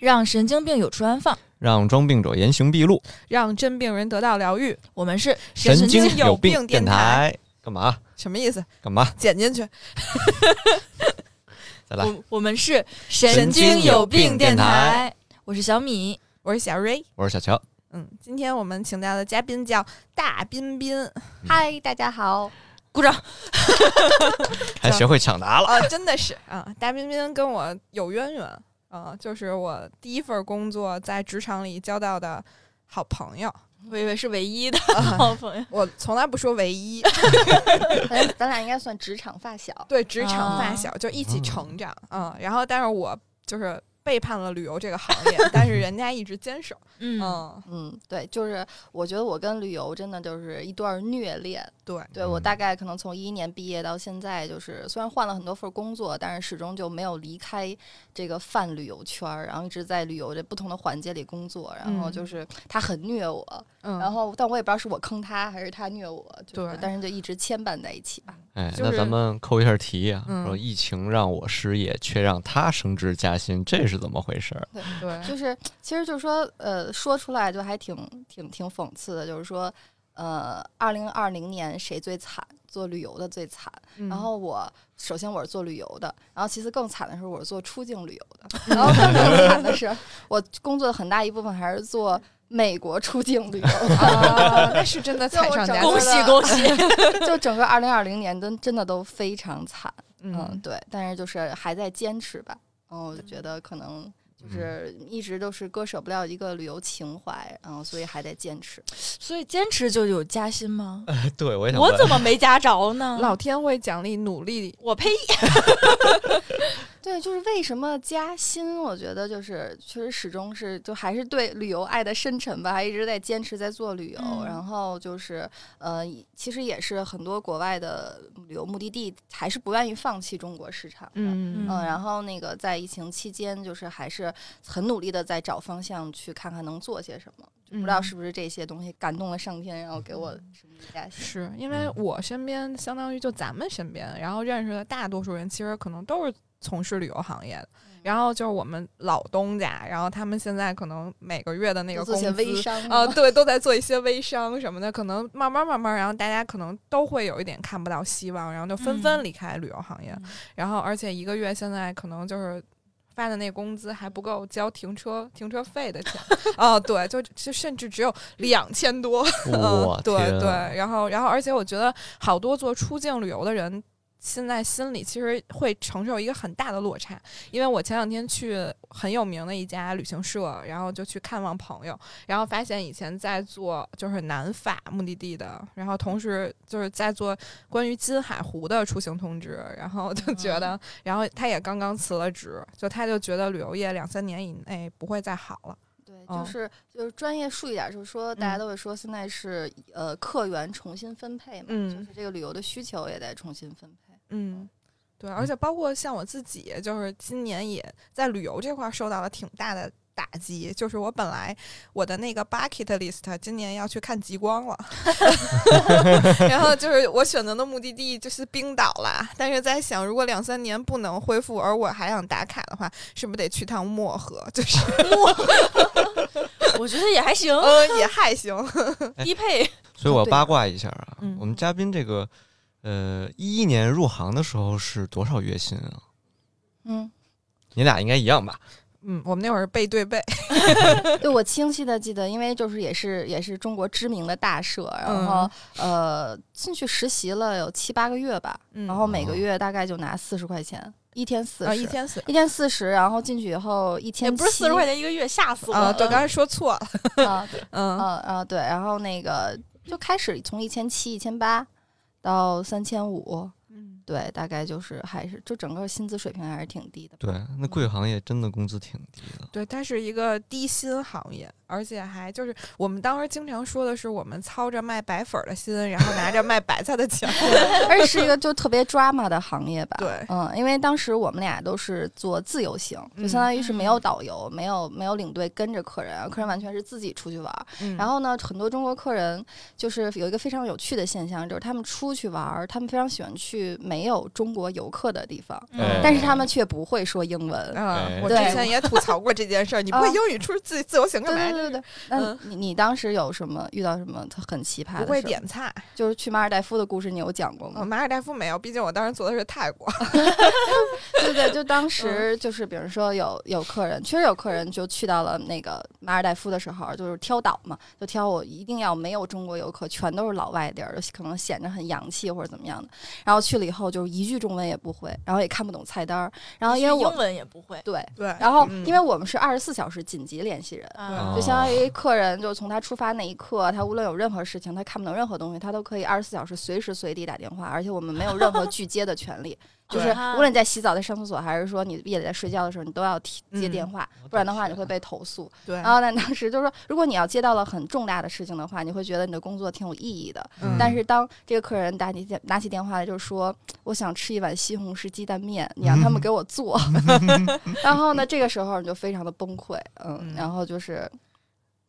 让神经病有处安放。让装病者言行毕露，让真病人得到疗愈，我们是神经有有病电电台台干嘛什么意思？干嘛？剪进去。再来，我我们是神经有病电台，我是小米。我是小瑞，我是小乔，嗯，今天我们请到的嘉宾叫大彬彬，嗨，大家好。鼓掌！还哎学会抢答了。呃，真的是啊，大彬彬跟我有渊源啊、就是我第一份工作在职场里交到的好朋 友。我以为是唯一的啊好朋友。我从来不说唯一，反正咱俩应该算职场发小。对职场发啊小就一起成长嗯啊、然后，但是我就是背叛了旅游这个行业，但是人家一直坚守。嗯，嗯，嗯，对，就是我觉得我跟旅游真的就是一段虐恋。对，对我嗯大概可能从一一年毕业到现在，就是虽然换了很多份工作，但是始终就没有离开这个泛旅游圈儿，然后一直在旅游的不同的环节里工作。然后嗯就是他很虐我，嗯，然后但我也不知道是我坑他还是他虐我，就是对但是就一直牵绊在一起吧。哎，就那是咱们扣一下题啊，嗯说疫情让我失业，却让他升职加薪，这是怎么回事儿？对，就是其实就是说，呃，说出来就还挺挺挺讽刺的，就是说，呃，二零二零年谁最惨？做旅游的最惨。嗯然后我首先我是做旅游的，然后其次更惨的是我是做出境旅游 的，然后更惨的是我工作的很大一部分还是做美国出境旅游 的。啊，那是真的就我踩上整加个恭了喜恭喜！ 就整个二零二零年真真的都非常惨，嗯，嗯，对，但是就是还在坚持吧。然后我就觉得可能就是一直都是割舍不了一个旅游情怀，然后所以还在坚持。所以坚持就有加薪吗？嗯 对，我也想问我怎么没加着呢？老天会奖励努力，我呸！对，就是为什么加薪？我觉得就是确实始终是就还是对旅游爱的深沉吧，还一直在坚持在做旅游。嗯然后就是呃，其实也是很多国外的旅游目的地还是不愿意放弃中国市场的。嗯嗯，然后那个在疫情期间，就是还是很努力的在找方向，去看看能做些什么。就不知道嗯是不是这些东西感动了上天，然后给我什么加薪。是因为我身边相当于就咱们身边，然后认识的大多数人其实可能都是从事旅游行业的。嗯然后就是我们老东家，然后他们现在可能每个月的那就个做工些资微商啊、嘛对，都在做一些微商什么的，可能慢慢慢慢，然后大家可能都会有一点看不到希望，然后就纷纷嗯离开旅游行业。嗯然后而且一个月现在可能就是发的那工资还不够交停车停车费的钱 哦，对，就就甚至只有两千多，我嗯， 对天啊对，然后然后而且我觉得好多做出境旅游的人。现在心里其实会承受一个很大的落差，因为我前两天去很有名的一家旅行社，然后就去看望朋友，然后发现以前在做就是南法目的地的，然后同时就是在做关于金海湖的出行通知，然后就觉得，然后他也刚刚辞了职，就他就觉得旅游业两三年以内不会再好了。对，哦就是就是专业术语点儿，就是说大家嗯都会说现在是呃客源重新分配嘛，就嗯是这个旅游的需求也在重新分配。嗯，对，而且包括像我自己，就是今年也在旅游这块儿受到了挺大的。打击就是我本来我的那个 bucket list 今年要去看极光了， 然后就是我选择的目的地就是冰岛啦，但是在想如果两三年不能恢复，而我还想打卡的话，是不是得去趟漠河？ 就是我觉得也还行，呃也还行，低配。所以我要对八卦一下啊，嗯我们嘉宾这个，呃，一一年入行的时候是多少月薪啊？嗯，你俩应该一样吧？ 嗯，我们那会儿背对背，对我清晰的记得，因为就是也是也是中国知名的大社，然后、呃进去实习了有七八个月吧，嗯然后每个月大概就拿四十块钱，一天四十、啊一天四一天四十，然后进去以后哎一也天不是四十七块钱一个月，吓死我啊，了！对，刚才说错了，啊，嗯啊啊，对，然后那个就开始从一千七、一千八到三千五，嗯，对，大概就是还是就整个薪资水平还是挺低的。对，那贵行业真的工资挺低的。对，它是一个低薪行业，而且还就是我们当时经常说的是，我们操着卖白粉儿的心，然后拿着卖白菜的 钱。而且是一个就特别 drama 的行业吧。对嗯，因为当时我们俩都是做自由行，就相当于是没有导游，没有没有领队跟着客人，啊客人完全是自己出去玩儿。嗯然后呢，很多中国客人就是有一个非常有趣的现象，就是他们出去玩儿，他们非常喜欢去没有中国游客的地方，嗯哎但是他们却不会说英文。嗯，哎我之对前也吐槽过这件事儿， 你不会啊英语出去自自由行干对嘛？对对对，那嗯你你当时有什么遇到什么很奇葩的事？不会，点菜。就是去马尔代夫的故事，你有讲过吗？嗯马尔代夫没有，毕竟我当时做的是泰国。对对，就嗯当时就是，比如说有有客人，确实有客人就去到了那个马尔代夫的时候，就是挑岛嘛，就挑我一定要没有中国游客，全都是老外地儿，可能显着很洋气或者怎么样的。然后去了以后，就是一句中文也不会，然后也看不懂菜单儿，然后因为英我文也不会， 对，啊对，然后嗯因为我们是二十四小时紧急联系人。啊嗯就相当于客人，就是从他出发那一刻，他无论有任何事情，他看不懂任何东西，他都可以二十四小时随时随地打电话，而且我们没有任何 拒接的权利。就是啊嗯无论你在洗澡、在上厕所，还是说你夜里在睡觉的时候，你都要提接嗯电话，我不然的的话你天会被投诉。对， 然后呢，当时就是说，如果你要接到了很重大的事情的话，你会觉得你的工作挺有意义的。嗯但是当这个客人打你电拿起电话来，就说我想吃一碗西红柿鸡蛋面，你让他们给我 做。 然后呢，这个时候你就非常的崩溃，嗯嗯，然后就是。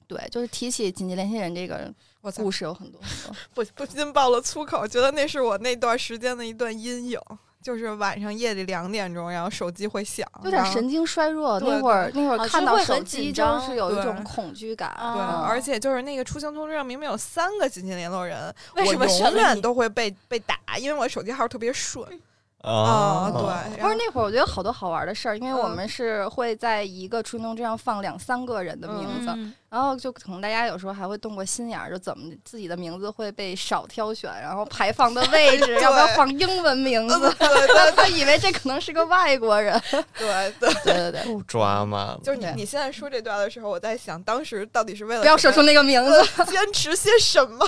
对，就是提起紧急联系人这个我操故，事有很多很 多，不不禁爆了粗口，觉得那是我那段时间的一段阴影。就是晚上夜里两点钟，然后手机会响，有点然后神经衰弱。对那会儿那会啊儿看就到会手很机紧真张是有一对种恐惧感，啊对，嗯而且就是那个出行通知上明明有三个紧急联络人，为我什么选永了远你都会被被打？因为我手机号特别顺啊，对，然不是后那会儿，我觉得好多好玩的事儿，因为我嗯们是会在一个出行通知上放两三个人的名字，嗯然后就可能大家有时候还会动过心眼儿，就怎么自己的名字会被少挑选，然后排放的位置 对要不要放英文名呃字，对 对他 以为这可能是个外国人。对 对， 对对对，够哦抓嘛，就是你对你现在说这段的时候，我在想，当时到底是为了不要什说么出那个名 字。坚持些什么？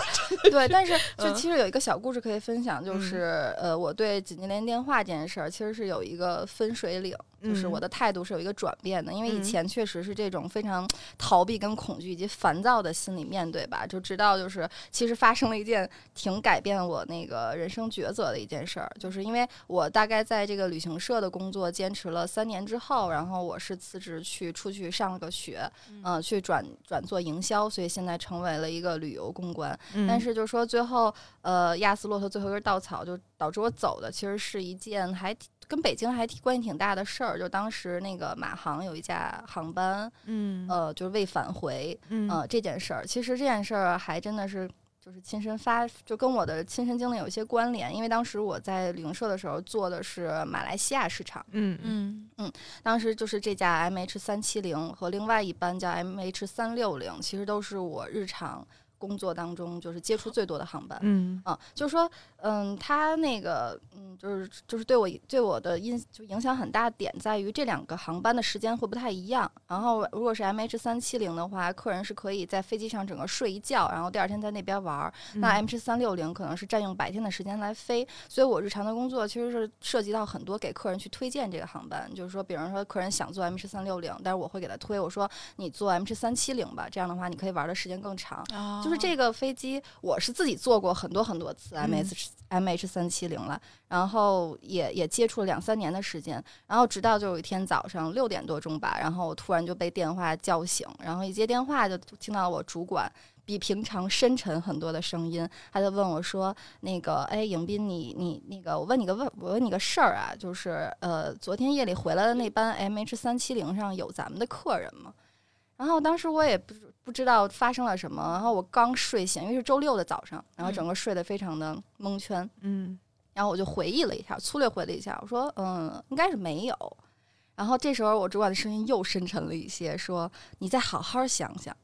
对，但是就嗯其实有一个小故事可以分享，就嗯是呃，我对紧急联系电话这件事儿，其实是有一个分水岭。 就是我的的态度是有一个转变的，因为以嗯前确实是这种非常逃避、跟恐惧以及烦躁的心理面对吧，就直到就是其实发生了一件挺改变我那个人生抉择的一件事儿，就是因为我大概在这个旅行社的工作坚持了三年之后，然后我是辞职去出去上了个学，嗯嗯、去转转做营销，所以现在成为了一个旅游公关。嗯，但是就是说最后，呃，压死骆驼最后一根稻草，就导致我走的，其实是一件还挺跟北京还挺关系挺大的事儿。就当时那个马航有一架航班，嗯呃，就是未返回，嗯呃，这件事儿，其实这件事儿还真的是。就是亲身发，就跟我的亲身经历有一些关联，因为当时我在旅行社的时候做的是马来西亚市场，嗯嗯嗯当时就是这架 MH 三七零和另外一班叫 MH 三六零，其实都是我日常工作当中就是接触最多的航班。嗯啊，就是说，嗯，他那个，嗯，就是就是对我对我的印就影响很大点在于这两个航班的时间会不太一样。然后如果是 M H 三七零的话，客人是可以在飞机上整个睡一觉，然后第二天在那边玩儿。嗯那 M H 三六零可能是占用白天的时间来飞，所以我日常的工作其实是涉及到很多给客人去推荐这个航班，就是说，比如说客人想坐 M H 三六零，但是我会给他推，我说你坐 M H 三七零吧，这样的话你可以玩的时间更长。啊就是这个飞机，我是自己坐过很多很多次嗯 MH MH 三七零了，然后也也接触了两三年的时间，然后直到就有一天早上六点多钟吧，然后我突然就被电话叫醒，然后一接电话就听到我主管。比平常深沉很多的声音，他就问我说：“那个，哎，迎宾你，你那个，我问你个问，我问你个事儿啊，就是呃，昨天夜里回来的那班 M H 三七零上有咱们的客人吗？”然后当时我也不知不知道发生了什么，然后我刚睡醒，因为是周六的早上，然后整个睡得非常的蒙圈，嗯然后我就回忆了一下，粗略回了一下，我说，嗯，应该是没有。然后这时候我主管的声音又深沉了一些，说：“你再好好想想。”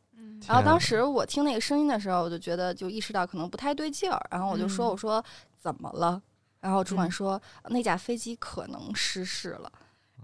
然后啊当时我听那个声音的时候，我就觉得就意识到可能不太对劲儿，然后我就说：“嗯我说怎么了？”然后主管嗯说：“那架飞机可能失事了。”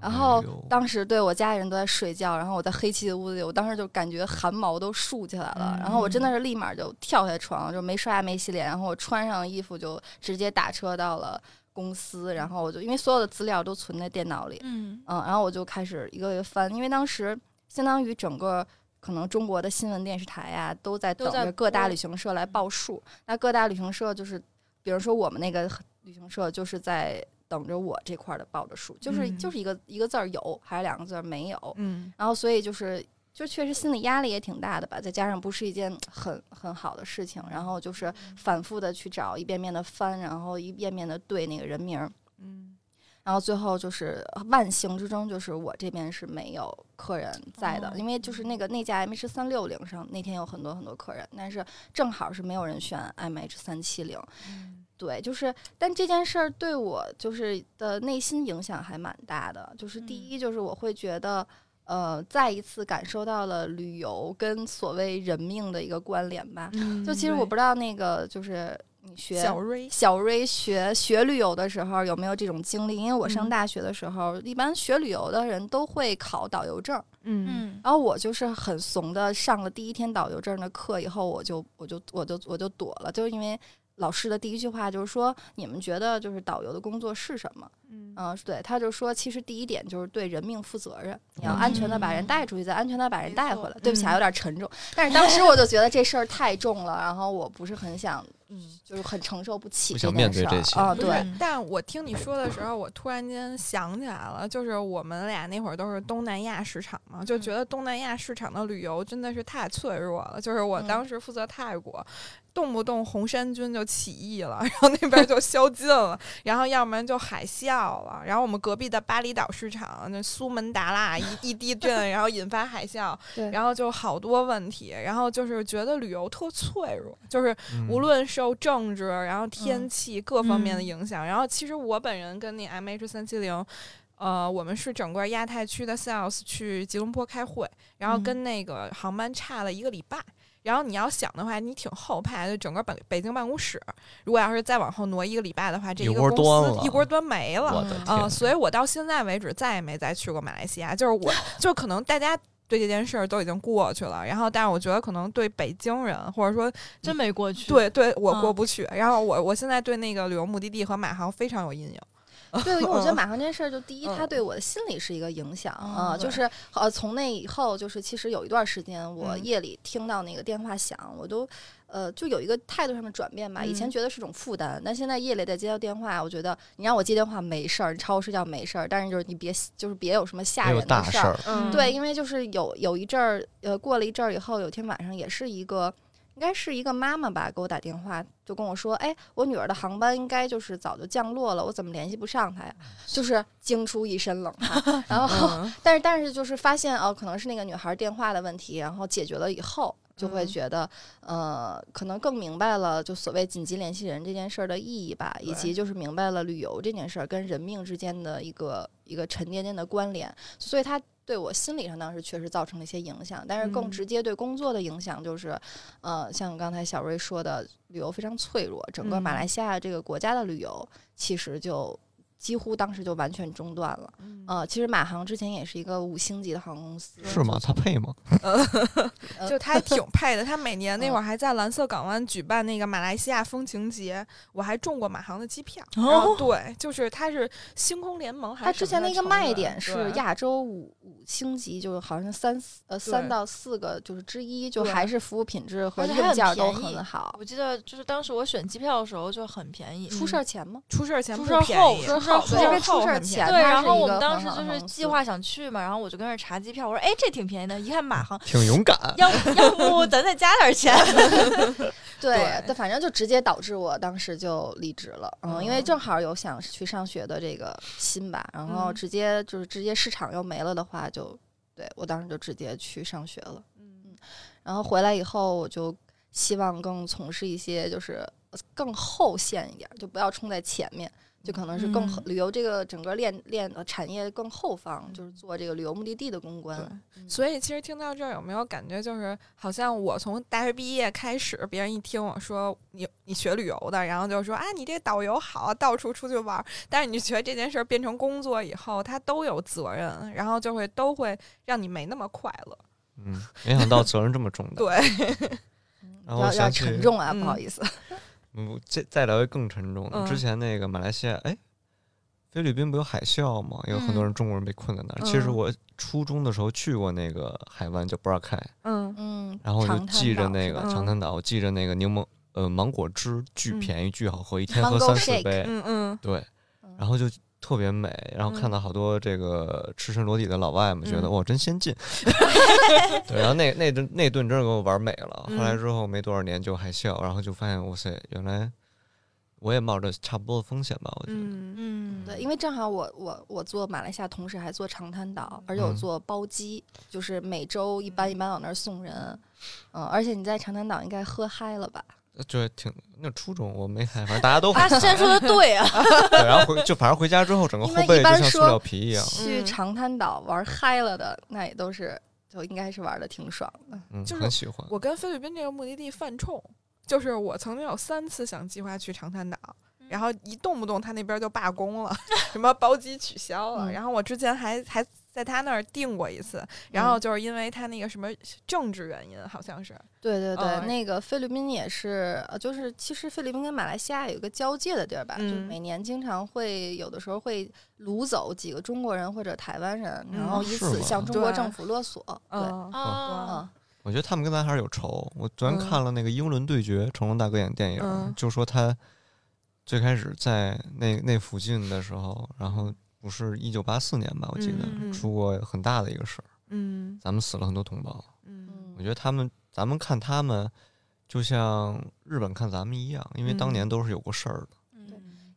然哎后呦当时对我家里人都在睡觉，然后我在黑漆的屋子里，我当时就感觉汗毛都竖起来了，然后我嗯真的是立马就跳下床，就没刷牙没洗脸，然后我穿上衣服就直接打车到了公司，然后我就因为所有的资料都存在电脑里，嗯嗯，然后我就开始一个一个翻，因为当时相当于整个可能中国的新闻电视台呀、都在都等在着各大播旅行社来报数。那各大旅行社就是，比如说我们那个旅行社就是在等着我这块儿的报的数，就是、嗯就是一个一个字儿有，还是两个字儿没有。嗯然后所以就是就确实心理压力也挺大的吧，再加上不是一件很很好的事情，然后就是嗯反复的去找，一遍遍的翻，然后一遍遍的对那个人名儿，嗯，然后最后就是呃万幸之中，就是我这边是没有客人在的，哦因为就是那个那架 MH 三六零上那天有很多很多客人，但是正好是没有人选 MH 三七零，对，就是，但这件事儿对我就是的内心影响还蛮大的。就是第嗯一，就是我会觉得，呃，再一次感受到了旅游跟所谓人命的一个关联吧。嗯就其实我对不知道那个就是你学小瑞，小瑞学学旅游的时候有没有这种经历？因为我上嗯大学的时候，一般学旅游的人都会考导游证，嗯嗯，然后我就是很怂的上了第一天导游证的课以后，我就我就我就我就躲了，就是因为老师的第一句话就是说，你们觉得就是导游的工作是什么？嗯嗯、对，他就说，其实第一点就是对人命负责任，你嗯要安全的把人带出去，再安全的把人带回来没。对不起嗯啊，有点沉重，但是当时我就觉得这事儿太重了，然后我不是很想，嗯就是很承受不起不这想件面事对这儿。些啊、不是对，但我听你说的时候，我突然间想起来了，就是我们俩那会儿都是东南亚市场嘛，嗯就觉得东南亚市场的旅游真的是太脆弱了。就是我嗯当时负责泰国，动不动红衫军就起义了，然后那边就宵禁了，然后要不然就海啸了，然后我们隔壁的巴厘岛市场那苏门答腊一一地震，然后引发海啸，对然后就好多问题，然后就是觉得旅游特脆弱，就是嗯无论受政治，然后天嗯气各方面的嗯影响，然后其实我本人跟那 M H 三七零，呃，我们是整个亚太区的 sales 去吉隆坡开会，然后嗯跟那个航班差了一个礼拜。然后你要想的话，你挺后怕，就整个北北京办公室，如果要是再往后挪一个礼拜的话，这一一个锅公端司了一锅端没了。我的嗯天嗯，哪，所以我到现在为止再也没再去过马来西亚。就是我，就可能大家对这件事儿都已经过去了，然后但是我觉得可能对北京人，或者说真没过去。，对对我嗯过不去。然后我我现在对那个旅游目的地和马航非常有阴影。对，因为我觉得马航这件事儿，就第一，嗯它对我的心理是一个影响哦啊、就对是呃，从那以后，就是其实有一段时间，我嗯夜里听到那个电话响，我都呃，就有一个态度上的转变吧。以前嗯觉得是种负担，但现在夜里再接到电话，我觉得你让我接电话没事儿，你吵我睡觉没事儿，但是就是你别就是别有什么吓没有人的大事事儿。儿，嗯对，因为就是有有一阵儿，呃，过了一阵儿以后，有天晚上也是一个，应该是一个妈妈吧，给我打电话，就跟我说，哎，我女儿的航班应该就是早就降落了，我怎么联系不上她呀？就是惊出一身冷汗， 然后，嗯但是但是就是发现哦，可能是那个女孩电话的问题，然后解决了以后。就会嗯觉得，呃，可能更明白了，就所谓紧急联系人这件事儿的意义吧，以对及就是明白了旅游这件事儿跟人命之间的一个一个沉甸甸的关联。所以他对我心理上当时确实造成了一些影响，但是更嗯直接对工作的影响就是，呃，像刚才小瑞说的，旅游非常脆弱，整个嗯马来西亚这个国家的旅游其实就。几乎当时就完全中断了。嗯呃，其实马航之前也是一个五星级的航空公司，是吗？他配吗？呃就他还挺配的。他每年那会嗯儿还在蓝色港湾举办那个马来西亚风情节，我还中过马航的机票。然后哦对，就是他是星空联盟还它是之什前么的的一个成卖员点是对亚洲五五星级，就是好像三四呃三对到四个就是之一，就对还是服务品质和而且还硬很件都便宜很好。我记得就是当时我选机票的时候就很便宜，嗯出事儿前吗？出事儿前出不事儿便后宜出事儿对后因为出事儿很便前宜对，它然是后一我个们当很时好就的是公计司划想去嘛，然后我就跟那儿查机票，我说哎这挺便宜的，一看马航，挺勇敢，要要不咱再加点钱？对对，但反正就直接导致我当时就离职了，嗯，因为嗯正好有想去上学的这个心吧，然后嗯直接就是直接市场又没了的话就，对我当时就直接去上学了，嗯然后回来以后我就希望更从事一些就是更后线一点儿，就不要冲在前面。就可能是更后嗯旅游这个整个链链呃产业更后方，就是做这个旅游目的地的公关对。嗯所以其实听到这儿有没有感觉，就是好像我从大学毕业开始，别人一听我说你你学旅游的，然后就说啊你这导游好，到处出去玩儿。但是你觉得这件事儿变成工作以后，他都有责任，然后就会都会让你没那么快乐。嗯，没想到责任这么重大。对，然后要我要想起沉重啊，不嗯好意思。嗯，这再聊一个更沉重的，嗯之前那个马来西亚，哎，菲律宾不有海啸吗？有很多嗯人中国人被困在那儿。其实嗯我初中的时候去过那个海湾叫布拉开，嗯嗯，然后我就长滩记着岛那是个吧吧长滩岛，我记着那个柠檬呃芒果汁巨嗯便宜巨好喝，一天喝 Mango 三四 shake 杯，嗯嗯对嗯，然后就特别美，然后看到好多这个赤身裸体的老外们，觉得嗯哇真先 进，对，然后那那顿那顿真是给我玩美了。后来嗯之后没多少年就海啸，然后就发现哇塞，原来我也冒着差不多的风险吧，我觉得，嗯嗯，对，因为正好我我我做马来西亚，同时还做长滩岛，而且我嗯做包机，就是每周一班一班往那儿送人。嗯，而且你在长滩岛应该喝嗨了吧？呃就挺那初中我没嗨，反正大家都很啊，嗨真说的对啊，对，然后回就反正回家之后，整个因后为一背就般像塑说料皮一样。去嗯长滩岛玩嗨了的，那也都是就应该是玩的挺爽的。嗯，就是很喜欢。我跟菲律宾这个目的地犯冲，就是我曾经有三次想计划去长滩岛。然后一动不动他那边就罢工了， 什么包机取消了。嗯然后我之前还还在他那儿订过一次，然后就是因为他那个什么政治原因，好像是，对对对，哦那个菲律宾也是，呃就是其实菲律宾跟马来西亚有一个交界的地儿吧，就嗯每年经常会有的时候会掳走几个中国人或者台湾人，嗯然后以是此吗向中国对政府勒索。对，嗯，哦，嗯。我觉得他们跟咱还是有仇。我昨天嗯看了那个《英伦对决》，成龙大哥演电影，嗯就说他最开始在那那附近的时候，然后不是一九八四年吧，我记得、嗯嗯嗯出过很大的一个事儿，嗯咱们死了很多同胞。嗯我觉得他们，咱们看他们，就像日本看咱们一样，因为当嗯年都是有过事儿的。嗯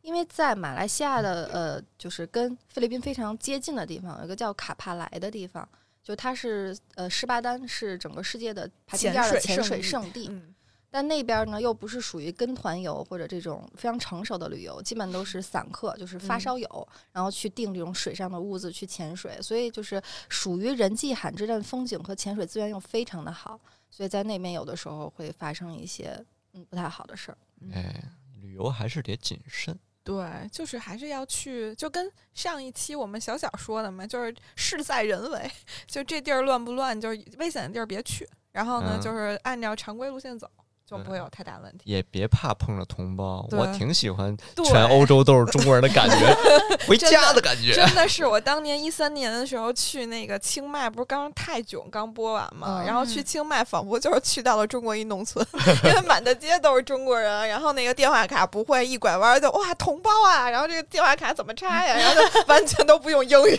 因为在马来西亚的呃，就是跟菲律宾非常接近的地方，有一个叫卡帕莱的地方，就它是呃施巴丹是整个世界的排潜名第二水的潜圣水地圣地，嗯但那边呢又不是属于跟团游或者这种非常成熟的旅游，基本都是散客，就是发嗯烧友，然后去订这种水上的屋子去潜水，所以就是属于人迹罕至，但风景和潜水资源又非常的好，所以在那边有的时候会发生一些嗯不太好的事儿。嗯哎，旅游还是得谨慎。对，就是还是要去，就跟上一期我们小小说的嘛，就是事在人为，就这地儿乱不乱，就是危险的地儿别去，然后呢，嗯就是按照常规路线走，就不会有太大问 题。也别怕碰着同胞，我对挺喜欢对全欧洲都是中国人的感 觉，回家的感觉。真的是我当年一三年的时候去那个清迈，不是刚泰囧刚播完嘛，嗯然后去清迈仿佛就是去到了中国一农村， 因为满大街都是中国人，然后那个电话卡不会一拐弯就哇同胞啊，然后这个电话卡怎么插呀，然后就完全都不用英语，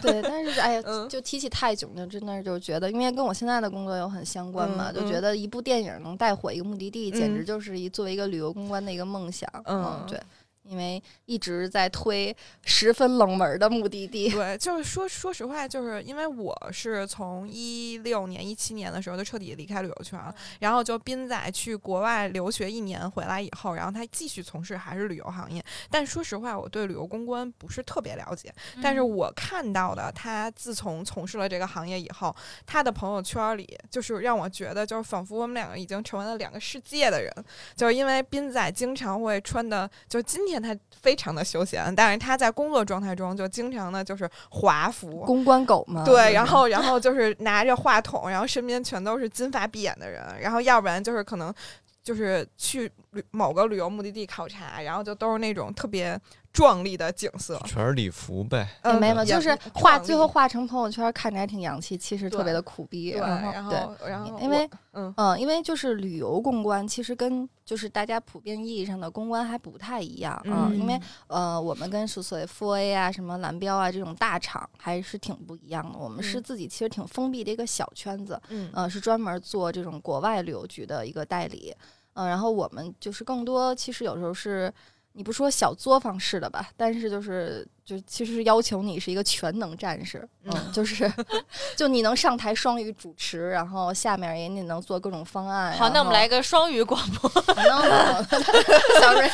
对，但是哎呀，嗯就提起泰囧，就真的就觉得，因为跟我现在的工作有很相关嘛，嗯就觉得一部电影能带火一个目的地，简直嗯就是一作为一个旅游公关的一个梦想。嗯对，因为一直在推十分冷门的目的地。对，就是说，说实话，就是因为我是从一六年、一七年的时候就彻底离开旅游圈，然后就斌仔去国外留学一年回来以后，然后他继续从事还是旅游行业。但说实话，我对旅游公关不是特别了解，但是我看到的他自从从事了这个行业以后，他的朋友圈里就是让我觉得，就是仿佛我们两个已经成为了两个世界的人。就是因为斌仔经常会穿的，就是今天他非常的休闲，但是他在工作状态中就经常的就是华服。公关狗嘛，对，然后后，然后就是拿着话筒，然后身边全都是金发碧眼的人，然后要不然就是可能就是去旅某个旅游目的地考察，然后就都是那种特别壮丽的景色，全是礼服呗，嗯哎没有，也就是不画壮最丽后画成朋友圈，看着还挺洋气，其实特对别的苦逼。对，然后后对。然后因我为，嗯嗯，因为就是旅游公关，其实跟就是大家普遍意义上的公关还不太一样，嗯因为呃，我们跟所所谓 f A 啊、什么蓝标啊这种大厂还是挺不一样的。我们是嗯自己其实挺封闭的一个小圈子，嗯呃，是专门做这种国外旅游局的一个代理。嗯、然后我们就是更多，其实有时候是你不说小作坊式的吧，但是就是就其实是要求你是一个全能战士，嗯，嗯就是 就你能上台双语主持，然后下面也你能做各种方案。好，然那我们后来，个双语广播， ，sorry，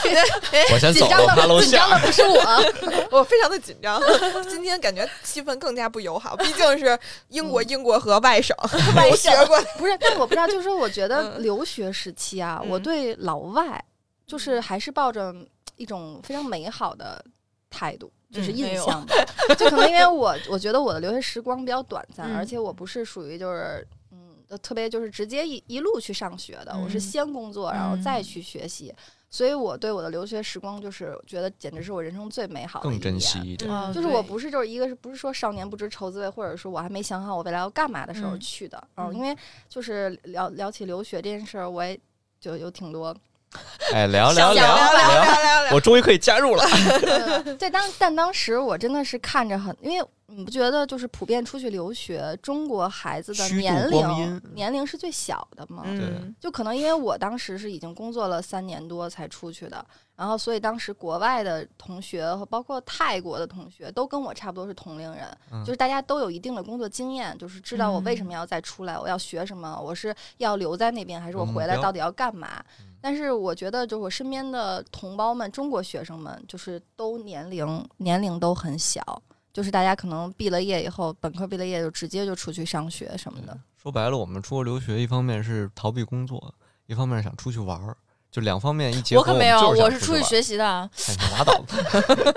我先紧走张了，我怕的露紧张馅。的不是我，我非常的紧张， 今天感觉气氛更加不友好，毕竟是英嗯国、英国和外省留学过来， 不是，但我不知道，就是说我觉得嗯留学时期啊，我嗯对老外就是还是抱着一种非常美好的态度。就是嗯没印有象吧， 就可能因为我我觉得我的留学时光比较短暂，嗯而且我不是属于就是嗯呃特别就是直接一一路去上学的，我是嗯先工作，然后嗯再去学习，所以我对我的留学时光就是觉得简直是我人生最美好的一更珍年惜一哎点。嗯就是我不是是就是一个是不是说少年不知愁滋味，或者说我还没想好我未来要干嘛的时候嗯去的，嗯，嗯因为就是聊聊起留学这件事儿，我也就有挺 多，哎，聊想聊聊聊， 聊我终于可以加入了。对，当但当时我真的是看着很，因为你不觉得就是普遍出去留学，中国孩子的虚度年光阴龄年龄是最小的吗？嗯，就可能因为我当时是已经工作了三年多才出去的，然后所以当时国外的同学和包括泰国的同学都跟我差不多是同龄人，嗯就是大家都有一定的工作经验，就是知道我为什么要再出来，我要学什么，我是要留在那边还是我有目回来标到底要干嘛嗯？但是我觉得，就我身边的同胞们，中国学生们，就是都年龄年龄都很小。就是大家可能毕了业以后，本科毕了业就直接就出去上学什么的，说白了，我们出国留学，一方面是逃避工作，一方面是想出去玩儿，就两方面一结合，我可没有，我们我就是是出去学习的。想去玩儿，哎你拉倒吧。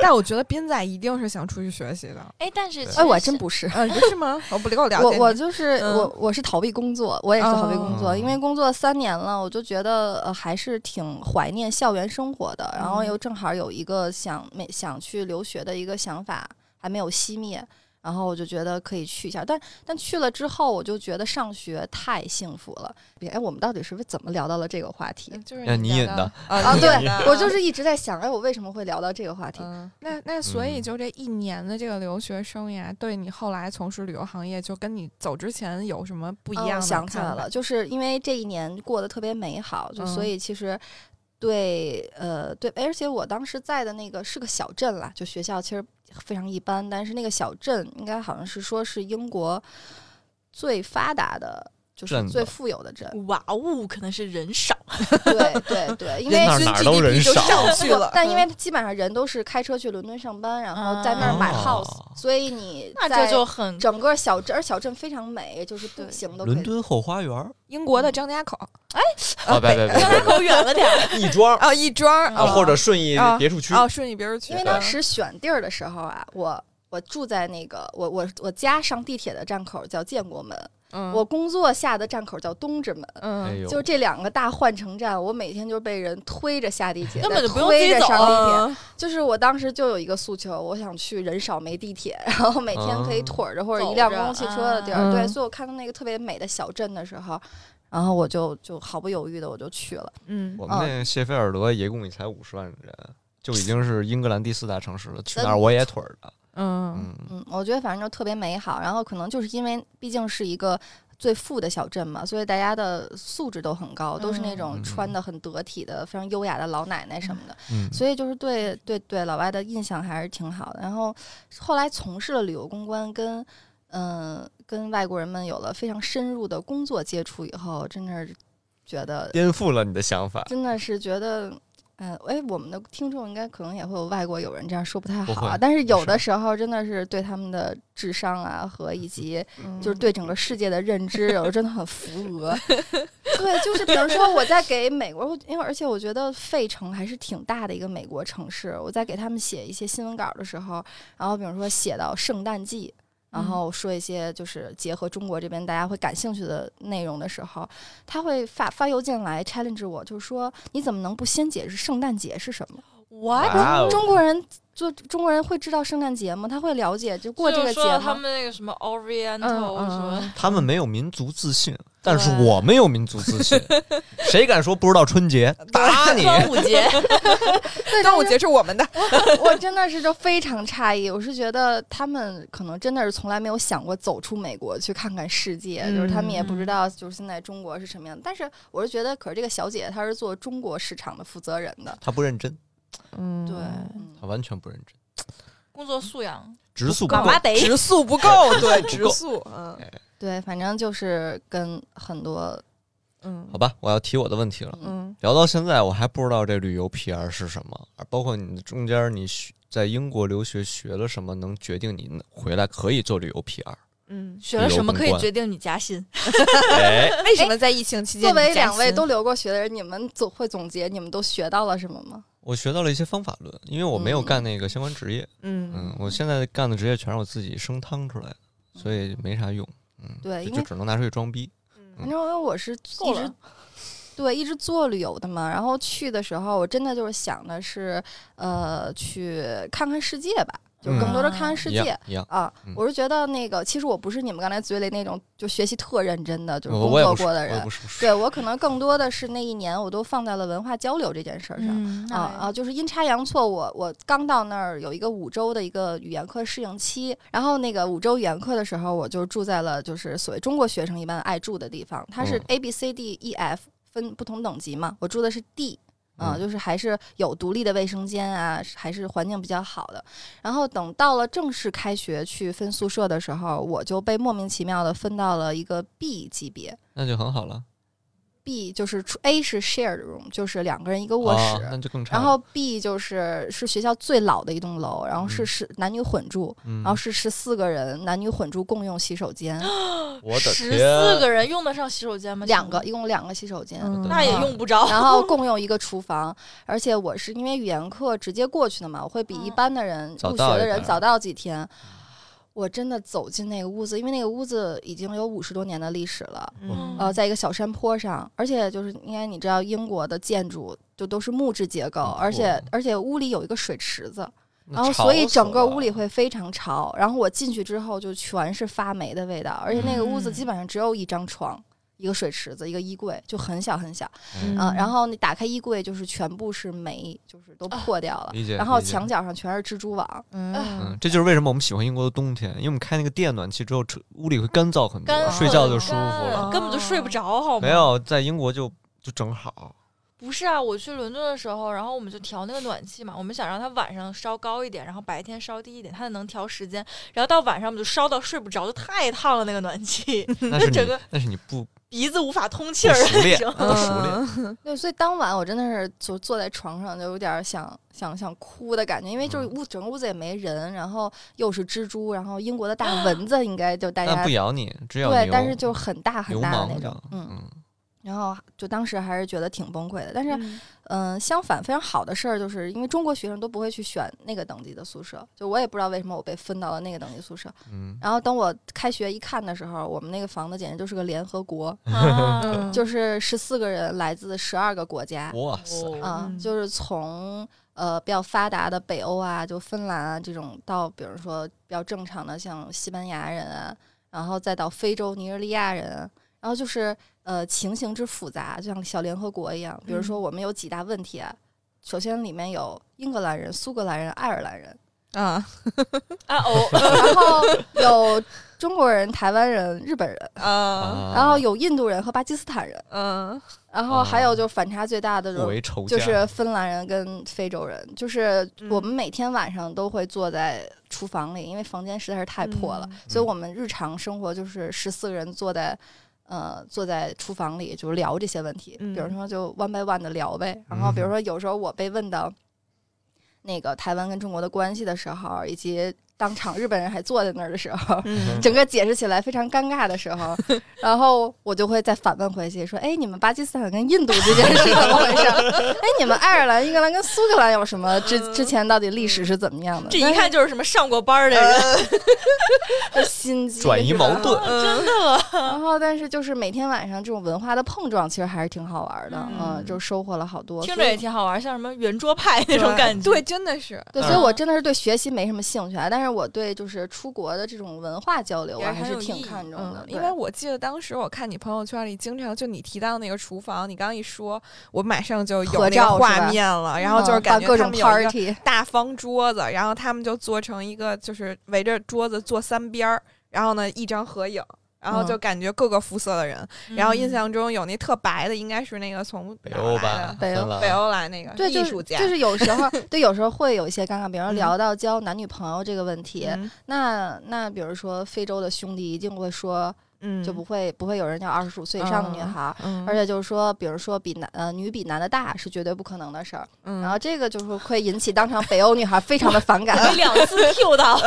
但我觉得斌仔一定是想出去学习 的，哎，但是对其哎，实我还是真不是，呃，是吗？我不够了我解你，我就是、嗯我我是逃避工作，我也是逃避工作，哦因为工作三年了，我就觉得呃还是挺怀念校园生活的，然后又嗯正好有一个想没想去留学的一个想法还没有熄灭。然后我就觉得可以去一下，但但去了之后，我就觉得上学太幸福了。哎，我们到底是不是怎么聊到了这个话题嗯就是哎你引聊的到啊啊？你对引的，我就是一直在想，哎，我为什么会聊到这个话题？嗯，那那所以嗯就这一年的这个留学生涯，对你后来从事旅游行业，就跟你走之前有什么不一哦样的？想起来了，，就是因为这一年过得特别美好，就所嗯以其实对、呃对，而且我当时在的那个是个小镇啦，就学校其实非常一般，但是那个小镇应该好像是说是英国最发达的。就是镇最子富有的镇， 哇哦，可能是人少，对对对，因为，那儿哪儿都人少上去了 但因为基本上人都是开车去伦敦上班，然后在那儿买啊 house，所以你那在这就很整个小镇，而小镇非常美，就是步对行都可伦以敦后花园儿英国的张家口啊，别别别张家口远了点儿。别，亦庄 儿啊，一庄儿啊，啊或者顺义啊别墅区，哦，顺义别墅区，因为当时选地儿的时候啊，我我住在那个我我我家上地铁的站口叫建国门，嗯我工作下的站口叫东直门。哎嗯，呦，就这两个大换乘站，我每天就被人推着下地铁，根本再就不用自推己着走啊上地铁。嗯就是我当时就有一个诉求，我想去人少没地铁，然后每天可以哦腿着或者走一辆着公共汽车的地儿。啊对，嗯所以我看到那个特别美的小镇的时候，然后我就就毫不犹豫的我就去了。嗯，我们哦那谢菲尔德一共也才五十万人，就已经是英格兰第四大城市了。去嗯那儿我也腿儿的，嗯，嗯，嗯，我觉得反正就特别美好。然后可能就是因为毕竟是一个最富的小镇嘛，所以大家的素质都很高，都是那种嗯穿的很得体的、非常优雅的老奶奶什么的。嗯所以就是对对对老外的印象还是挺好的。然后后来从事了旅游公关跟，嗯跟外国人们有了非常深入的工作接触以后，真的是觉得颠覆了你的想法。真的是觉得，呃，哎，我们的听众应该可能也会有外国友人这样说不太不好啊会，但是有没事的时候真的是对他们的智商啊和以及嗯就是对整个世界的认知，有时候真的很扶 额。对，就是比如说我在给美国，因为而且我觉得费城还是挺大的一个美国城市，我在给他们写一些新闻稿的时候，然后比如说写到圣诞季。然嗯后说一些就是结合中国这边大家会感兴趣的内容的时候，他会发发邮件来 challenge 我，就是说你怎么能不先解释圣诞节是什么？ What？哇哦中国人就中国人会知道圣诞节吗？他会了解就过这个节说吗？他们那个什么 Oriental 什 嗯么，他们没有民族自信，但是我们有民族自信。谁敢说不知道春节？打你！端午 节，对端午节是我 们的， 我真的是就非常诧异，我是觉得他们可能真的是从来没有想过走出美国去看看世界，嗯就是他们也不知道就是现在中国是什么样的。但是我是觉得，可是这个小姐她是做中国市场的负责人的，他不认真，嗯，对，他完全不认真，工作素养，直速不干够嘛。得？植素不 够，对，植植素，嗯哎对，反正就是跟很多嗯好吧，我要提我的问题了。嗯聊到现在，我还不知道这旅游 PR 是什么，而包括你中间你学在英国留学学了什么，能决定你回来可以做旅游 PR。嗯，学了什么可旅以游公关决定你加薪？哎，为什么在疫情期间作你加薪？为两位都留过学的人，你们总会总结你们都学到了什么吗？我学到了一些方法论，因为我没有嗯干那个相关职业，嗯嗯，我现在干的职业全是我自己生汤出来的，所以没啥用。嗯，对就因就为只能拿出去装逼。你知道，因为我是一够直了 对，一直做旅游的嘛。然后去的时候，我真的就是想的是，呃，去看看世界吧，就更多的看看世嗯一界。样一样，啊嗯，我是觉得那个，其实我不是你们刚才嘴里那种就学习特认真的，就是我工我也作不是，过的我也人不。是，不是对我可能更多的是那一年，我都放在了文化交流这件事儿上。嗯啊啊，就是阴差阳错，我我刚到那儿有一个五周的一个语言课适应期，然后那个五周语言课的时候，我就住在了就是所谓中国学生一般爱住的地方，它是嗯 A B C D E F 分不同等级嘛，我住的是 D。啊，嗯就是还是有独立的卫生间啊，还是环境比较好的。然后等到了正式开学去分宿舍的时候，我就被莫名其妙的分到了一个 B 级别，那就很好了。 B 就是出 A 是 shared room，就是两个人一个卧啊室。那就更差了。然后 B 就是是学校最老的一栋楼，然后是嗯十男女混住，嗯，然后是十四个人男女混住共用洗手啊间， 我的十天，四个人用得上洗手间吗？两个一共两个洗手间，嗯对那也用不着。然 后共用一个厨房。而且我是因为语言课直接过去的嘛，我会比一嗯般的人早入学到一的点人早到几天。我真的走进那个屋子，因为那个屋子已经有五十多年的历史了，嗯呃，在一个小山坡上，而且就是应该你知道英国的建筑就都是木质结构，很酷而且而且屋里有一个水池子，那然后吵所以死整个了屋里会非常潮。然后我进去之后就全是发霉的味道，而且那个屋子嗯基本上只有一张床。一个水池子，一个衣柜，就很小很小嗯啊。然后你打开衣柜，就是全部是霉，就是都破掉了。理解然后理解墙角上全是蜘蛛网，啊嗯啊嗯，，这就是为什么我们喜欢英国的冬天，因为我们开那个电暖气之后，车屋里会干燥很干多，了睡觉就舒服了。根本就睡不着，好吗？没，有在英国就就正 好，不是啊，我去伦敦的时候，然后我们就调那个暖气嘛，我们想让它晚上烧高一点，然后白天烧低一点，它能调时间，然后到晚上我们就烧到睡不着，就太烫了那个暖气， 那是整你个那是你不鼻子无法通气儿不熟那练 种。 不熟练，嗯对，所以当晚我真的是就坐在床上，就有点想想想哭的感觉，因为就是嗯屋整个屋子也没人，然后又是蜘蛛，然后英国的大蚊子应该就大但家不咬你，只咬哎对，牛但是就很大很流大氓的那这种样，嗯，嗯，然后就当时还是觉得挺崩溃的。但是，嗯嗯、相反非常好的事儿就是，因为中国学生都不会去选那个等级的宿舍，就我也不知道为什么我被分到了那个等级宿舍。嗯，然后等我开学一看的时候，我们那个房子简直就是个联合国，嗯嗯啊就是十四个人来自十二个国家，哇塞，哦啊、嗯就是从呃比较发达的北欧啊，就芬兰啊这种，到比如说比较正常的像西班牙人啊，然后再到非洲尼日利亚人啊，然后就是呃情形之复杂，就像小联合国一样。比如说嗯我们有几大问题啊，首先里面有英格兰人、苏格兰人、爱尔兰人，啊啊哦，然后有中国人、台湾人、日本人，啊啊然后有印度人和巴基斯坦人，嗯然后还哦有就反差最大的互就是为仇家，就是芬兰人跟非洲人，就是嗯我们每天晚上都会坐在厨房里，因为房间实在是太破了，嗯所以我们日常生活就是十四个人坐在。呃，坐在厨房里就聊这些问题，嗯比如说就 one by one 的聊呗。然后比如说有时候我被问到那个台湾跟中国的关系的时候，以及当场日本人还坐在那儿的时候，嗯嗯整个解释起来非常尴尬的 时候，然后我就会再反问回去说：“哎，你们巴基斯坦跟印度之间是怎么回事？哎，你们爱尔兰、英格兰跟苏格兰有什么之嗯之前到底历史是怎么样的？”这一看就是什么上过班儿的人，就是心机转移是吧矛盾，呃嗯嗯真的。然后，但是就是每天晚上这种文化的碰撞，其实还是挺好玩的，嗯，嗯就收获了好多。听着所以也挺好玩，像什么圆桌派那种感觉。对，，真的是对，嗯所以我真的是对学习没什么兴趣啊，但是我对就是出国的这种文化交流，也我还很是有意挺义看重的嗯，，对因为我记得当时我看你朋友圈里经常就你提到那个厨房，你刚一说，我马上就有合那个照是吧画面了，然后就是嗯感办觉各他种们有一个 party，大方桌子，然后他们就做成一个就是围着桌子坐三边儿，然后呢一张合影。然后就嗯感觉各个肤色的人，嗯然后印象中有那特白的，应该是那个从北哪儿欧来吧啊的，哎北欧芬兰北欧来那个对，就艺是术家，就是有 时候对，有时候会有一些尴尬，比如说嗯聊到交男女朋友这个问题，嗯那那比如说非洲的兄弟一定会说，嗯就不会不会有人要二十五岁以上的女孩儿。嗯，而且就是说，比如说比男呃女比男的大是绝对不可能的事儿，嗯然后这个就是会引起当场北欧女孩非常的反感，有两 次 Q 到，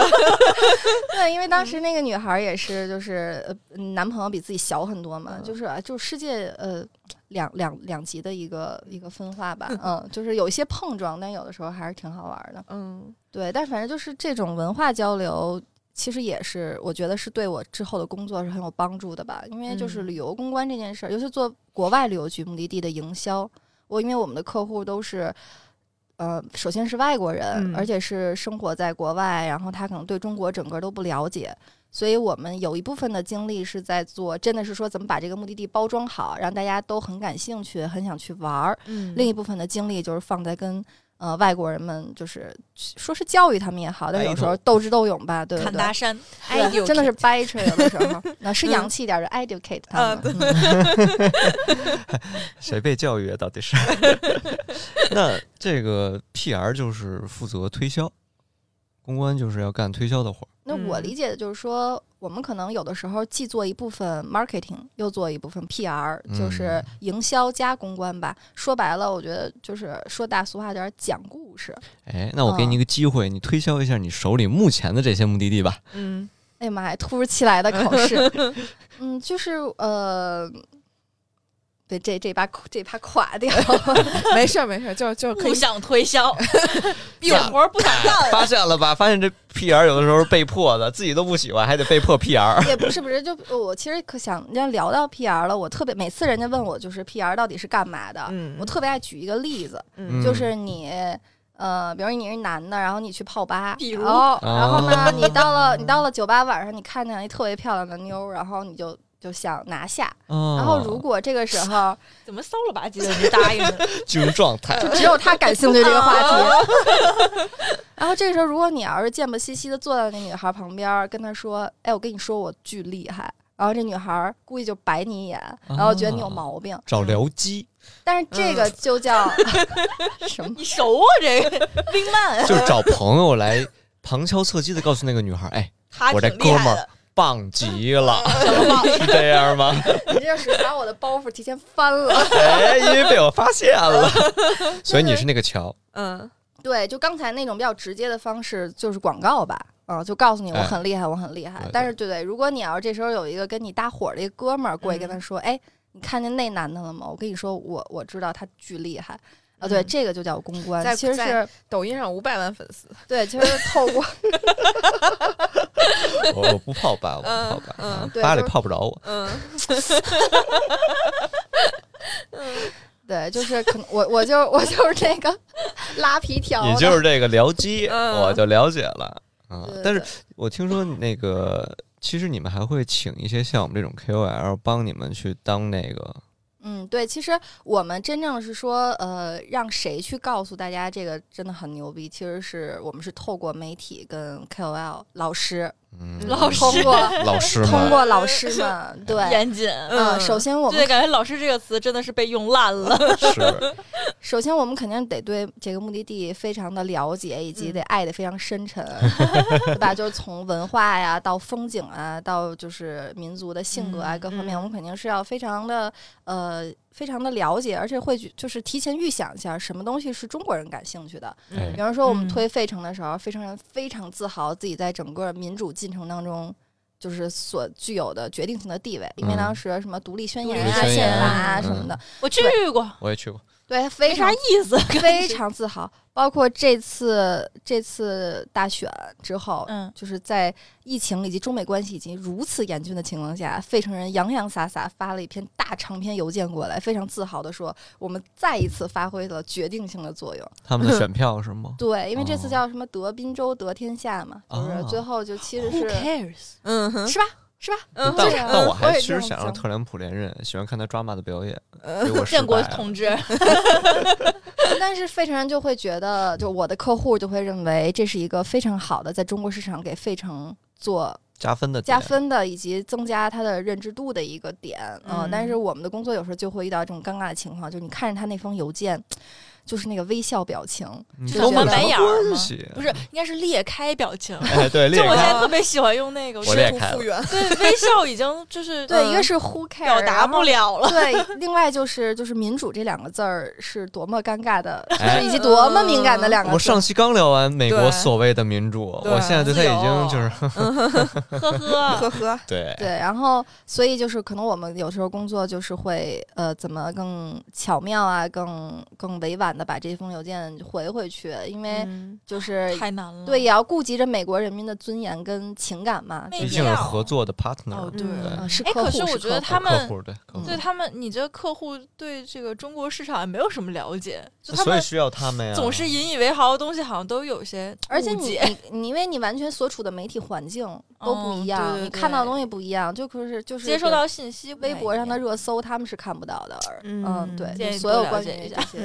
对，因为当嗯时那个女孩也是，就是呃，男朋友比自己小很多嘛，嗯就是啊就世界呃两两两极的一个一个分化吧，嗯，就是有一些碰撞，但有的时候还是挺好玩的。嗯对，但反正就是这种文化交流，其实也是我觉得是对我之后的工作是很有帮助的吧，因为就是嗯旅游公关这件事儿，尤其做国外旅游局目的地的营销，我因为我们的客户都是。呃，首先是外国人，嗯而且是生活在国外，然后他可能对中国整个都不了解，所以我们有一部分的精力是在做，真的是说怎么把这个目的地包装好，让大家都很感兴趣，很想去玩儿。嗯另一部分的精力就是放在跟呃外国人们，就是说是教育他们也好，但是有时候斗智斗勇吧，对对砍大对， 山，哎对呦，真的是掰扯有的 时候，那嗯是洋气点儿的 educate 他啊们。嗯 谁被教育啊？到 底是？那这个 PR 就是负责推销，公关就是要干推销的活儿。那我嗯理解的就是说，我们可能有的时候既做一部分 marketing，又做一部分 PR，就是嗯营销加公关吧。说白了，我觉得就是说大俗话点儿讲故事。哎，那我给你一个机会，你推销一下你手里目前的这些目的地吧。嗯哎呀妈呀，突如其来的考 试，嗯，就是呃，对，这这把这把垮掉了。 嗯没事儿没事儿，就就可以不想推销，有活儿不想干了。发现了吧？发现这 PR 有的时候是被迫的，自己都不喜欢，还得被迫 PR。也不是不是，就我其实可想，人家聊到 PR 了，我特别每次人家问我就是 PR 到底是干嘛的，嗯我特别爱举一个例子，嗯就是你。呃，比如你是男的，然后你去 泡吧，比如然后然后 呢哦，你到了你到了酒吧晚上，你看见一特别漂亮的妞儿，然后你就就想拿下，然然后如果这个 时候怎么骚了吧唧的就答应 了？进入状态，就只有他感兴趣这个话题。 然后这个时候，如果你要是贱不兮兮的坐在那女孩旁边儿，跟她说：“哎，我跟你说，我巨厉害。”然后这女孩儿估计就白你一眼，然后觉得你有毛病。找僚机，但是这个就叫、 什么？你熟啊，这个 冰 曼，就是找朋友来旁敲侧击的告诉那个女孩，哎，他我这挺哥厉们害儿的。棒极了，怎么忘了是这样吗？你这是把我的包袱提前翻了。哎，因为被我发现 了，所以你是那个桥，嗯对，就刚才那种比较直接的方式，就是广告吧。啊、就告诉你我哎很厉害，我很厉害。对对但是对对，如果你要是这时候有一个跟你搭伙儿的一个哥们儿过去跟他说：“哎，你看见那男的了吗？”我跟你说，我我知道他巨厉害。啊，对，嗯这个就叫公关，在其实在是抖音上五百万粉丝，对，其实是透过我我不泡吧，我不泡吧，嗯啊对吧里就是泡不着我。嗯 对，就是可能我我就我就是这个拉皮条的，你就是这个僚机，嗯我就了解了啊对。但是对我听说那个，其实你们还会请一些像我们这种 KOL 帮你们去当那个，嗯，对，其实我们真正是说，呃，让谁去告诉大家这个真的很牛逼，其实是我们是透过媒体跟 KOL 老师，嗯，老师通过老师通们，过老师 们，对。严谨。嗯，嗯首先我对，们感觉“老师”这个词真的是被用烂了。是首先我们肯定得对这个目的地非常的了解，以及嗯得爱得非常 深沉，对吧？就是从文化呀，到风景啊，到就是民族的性格啊，嗯各方面，嗯我们肯定是要非常的呃非常的了解，而且会去就是提前预想一下什么东西是中国人感兴趣的，哎比方说，我们嗯推费城的时候，费城人非常自豪自己在整个民主进程当中。就是所具有的决定性的地位，因为嗯当时什么独立宣独言立啊、宣宪言法啊嗯什么的，我去过，我也去过，对，没非啥常意思。非常自豪。包括这次这次大选之后，嗯就是在疫情以及中美关系已经如此严峻的情况下，费城人洋洋洒洒发了一篇大长篇邮件过来，非常自豪的说，我们再一次发挥了决定性的作用。他们的选票是吗？对，因为这次哦叫什么得滨州得天下嘛，就是哦最后就其实 Who 是 cares？嗯哼，是吧？是吧？嗯但对啊但我还我也其这实样嗯想让想特朗普连任，喜欢看他抓马的表演，结果失建国败了嗯同志，但是费城人就会觉得，就我的客户就会认为这是一个非常好的在中国市场给费城做加分的加点，分的，以及增加他的认知度的一个点。嗯、嗯但是我们的工作有时候就会遇到这种尴尬的情况，就是你看着他那封邮件，就是那个微笑表情，你就跟我觉们得什白眼么儿吗关系？不是，应该是裂开表情。哎，对，就另一我现个在特别喜欢用那个，我裂开了复原，对微笑已经就是 对，嗯一个是 who care 表达不。了 了。然后对，另外就是就是民主这两个字儿是多么尴尬的，哎 就是以及多么敏感的两个字。我上期刚聊完美国对所谓的民主，对我现在对他已经就是呵呵 呵，呵，对对，然后所以就是可能我们有时候工作就是会呃怎么更巧妙啊，更更委婉懒得把这封邮件回回去，因为嗯就是太难了。对，也要顾及着美国人民的尊严跟情感嘛。没就毕是竟是合作的 partner，、哦，对。嗯嗯是哎，客可户，是我觉得客户他客们户对客户，对他们，你这客户对这个中国市场也没有什么了解，就他所以们需要他们呀。总是引以为豪的东西，好像都有一些而且误你解你你因为你完全所处的媒体环境都不一嗯样，对对你看到的对东西不一样，就可是就是接收到信息不太一微样，博上的热搜，他们是看不到的。嗯嗯，对，建就议所多有了关解于一这下些，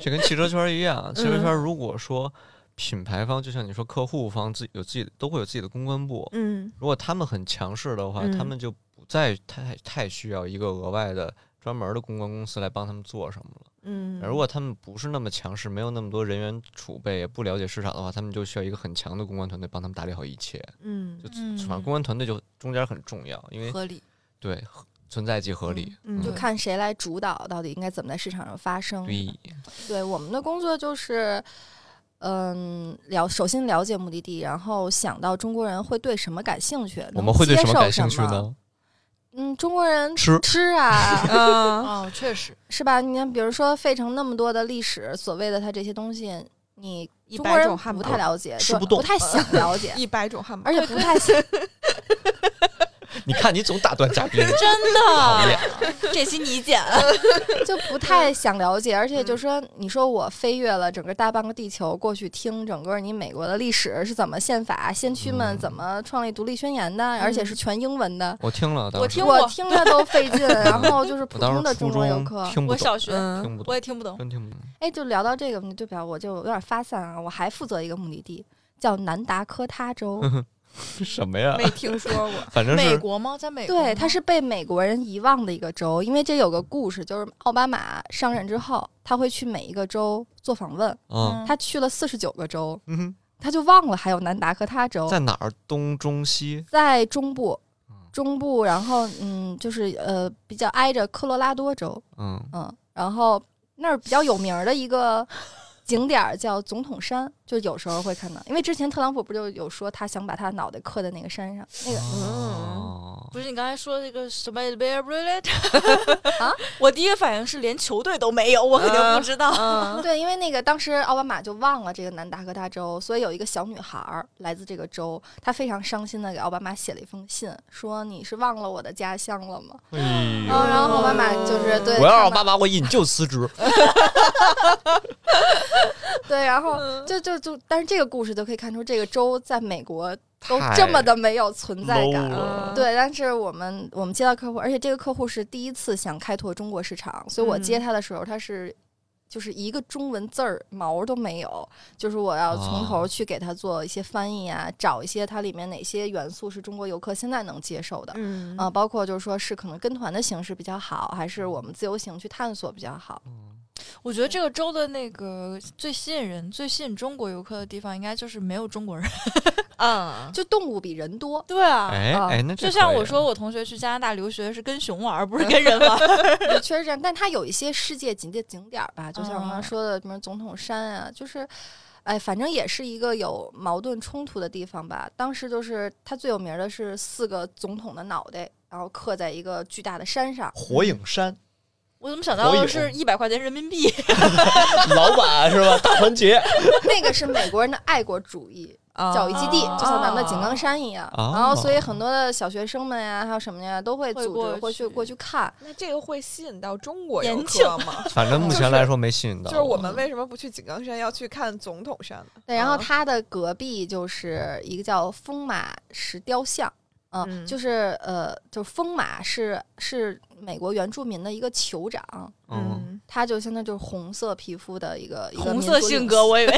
这跟汽车圈一样，汽车圈如果说品牌方，就像你说客户方自己有自己的都会有自己的公关部，嗯如果他们很强势的话，嗯他们就不再太太需要一个额外的专门的公关公司来帮他们做什么了。嗯，如果他们不是那么强势，没有那么多人员储备，也不了解市场的话，他们就需要一个很强的公关团队帮他们打理好一切。嗯就嗯反正公关团队就中间很重要， 因为合理，对合存在即合理。嗯就对，看谁来主导，到底应该怎么在市场上发生。对，对，我们的工作就是，嗯，了首先了解目的地，然后想到中国人会对什么感兴趣，我能们会对接什么受感兴趣呢？嗯，中国人吃吃啊 嗯哦，确 实，是吧？你看，比如说费城那么多的历史，所谓的它这些东西，你一中百国人种汉不堡，太了解，吃就不动太想了解一百种汉堡，而且不太想。你看，你总打断嘉宾，真讨厌的，这期你剪， 就嗯不太想了解，而且就是说，你说我飞越了整个大半个地球过去听整个你美国的历史是怎么宪法先驱们嗯怎么创立独立宣言的，而且是全英文的， 我听了，当我嗯 时听我过听着都费劲。然后就是普我当通时的初中国游中客，听不我懂，小学嗯听不我懂，也听不懂，真听不懂。哎，就聊到这个问题，对表我就有点发散啊，我还负责一个目的地叫南达科 他州， 嗯什么呀没听说 过。反正美是国吗？在美国吗，对，它是被美国人遗忘的一个州，因为这有个故事，就是奥巴马上任之后，他会去每一个州做访问，啊，嗯他去了四十九个州。嗯哼，他就忘了还有南达科他州，在哪儿？东中西？在中部嗯，中部，然后嗯，就是呃，比较挨着科罗拉多州，嗯，嗯，然后那儿比较有名儿的一个景点儿叫总统山，就有时候会看到，因为之前特朗普不就有说他想把他脑袋刻在那个山上，那个嗯哦，不是你刚才说这个什么啊啊？ 我第一个反应是连球队都没有，我肯定不知 道。嗯，对，因为那个当时奥巴马就忘了这个南达科他州，所以有一个小女孩儿来自这个州，她非常伤心的给奥巴马写了一封信，说你是忘了我的家乡了吗？哎嗯，呦然哦后奥巴马就是对，我要是奥看巴到马，我引咎辞职。对，然后嗯就就就，但是这个故事就可以看出，这个州在美国都太这么的没有存在 low 感。了嗯对，但是我们我们接到客户，而且这个客户是第一次想开拓中国市场，所以我接嗯他的时候，他是就是一个中文字儿毛都没有，就是我要从头哦去给他做一些翻译啊，找一些它里面哪些元素是中国游客现在能接受的。嗯啊、包括就是说是可能跟团的形式比较好，还是我们自由行去探索比较好？嗯我觉得这个州的那个最吸引人、最吸引中国游客的地方，应该就是没有中国人。嗯，就动物比人多， 对啊哎啊哎，那这就像可以我说，，我同学去加拿大留学是跟熊玩儿，不是跟人玩儿。 的确是这样，但它有一些世界级的景点儿吧，就像我刚刚嗯说的什么总统山啊，就是，哎，反正也是一个有矛盾冲突的地方吧。当时就是它最有名儿的是四个总统的脑袋，然后刻在一个巨大的 山上。火影山我怎么想到火影的是一百块钱人民币？嗯老板是吧？大团结那个是美国人的爱国主义啊教育 基地，哦就像咱们的井冈山一样。哦然后，所以很多的小学生们呀，还有什么呀，都会会组过织会去去过去看。那这个会吸引到中国延游庆客 吗？ 反正目前来说没吸引到。就是我们为什么不去井冈山，要去看总统山呢？对，然后嗯它的隔壁就是一个叫风马石雕像，嗯、嗯就是呃，就是风马是是美国原住民的一个酋长，嗯，他就现在就是红色皮肤的一个一个红民色族性领格，袖我以 为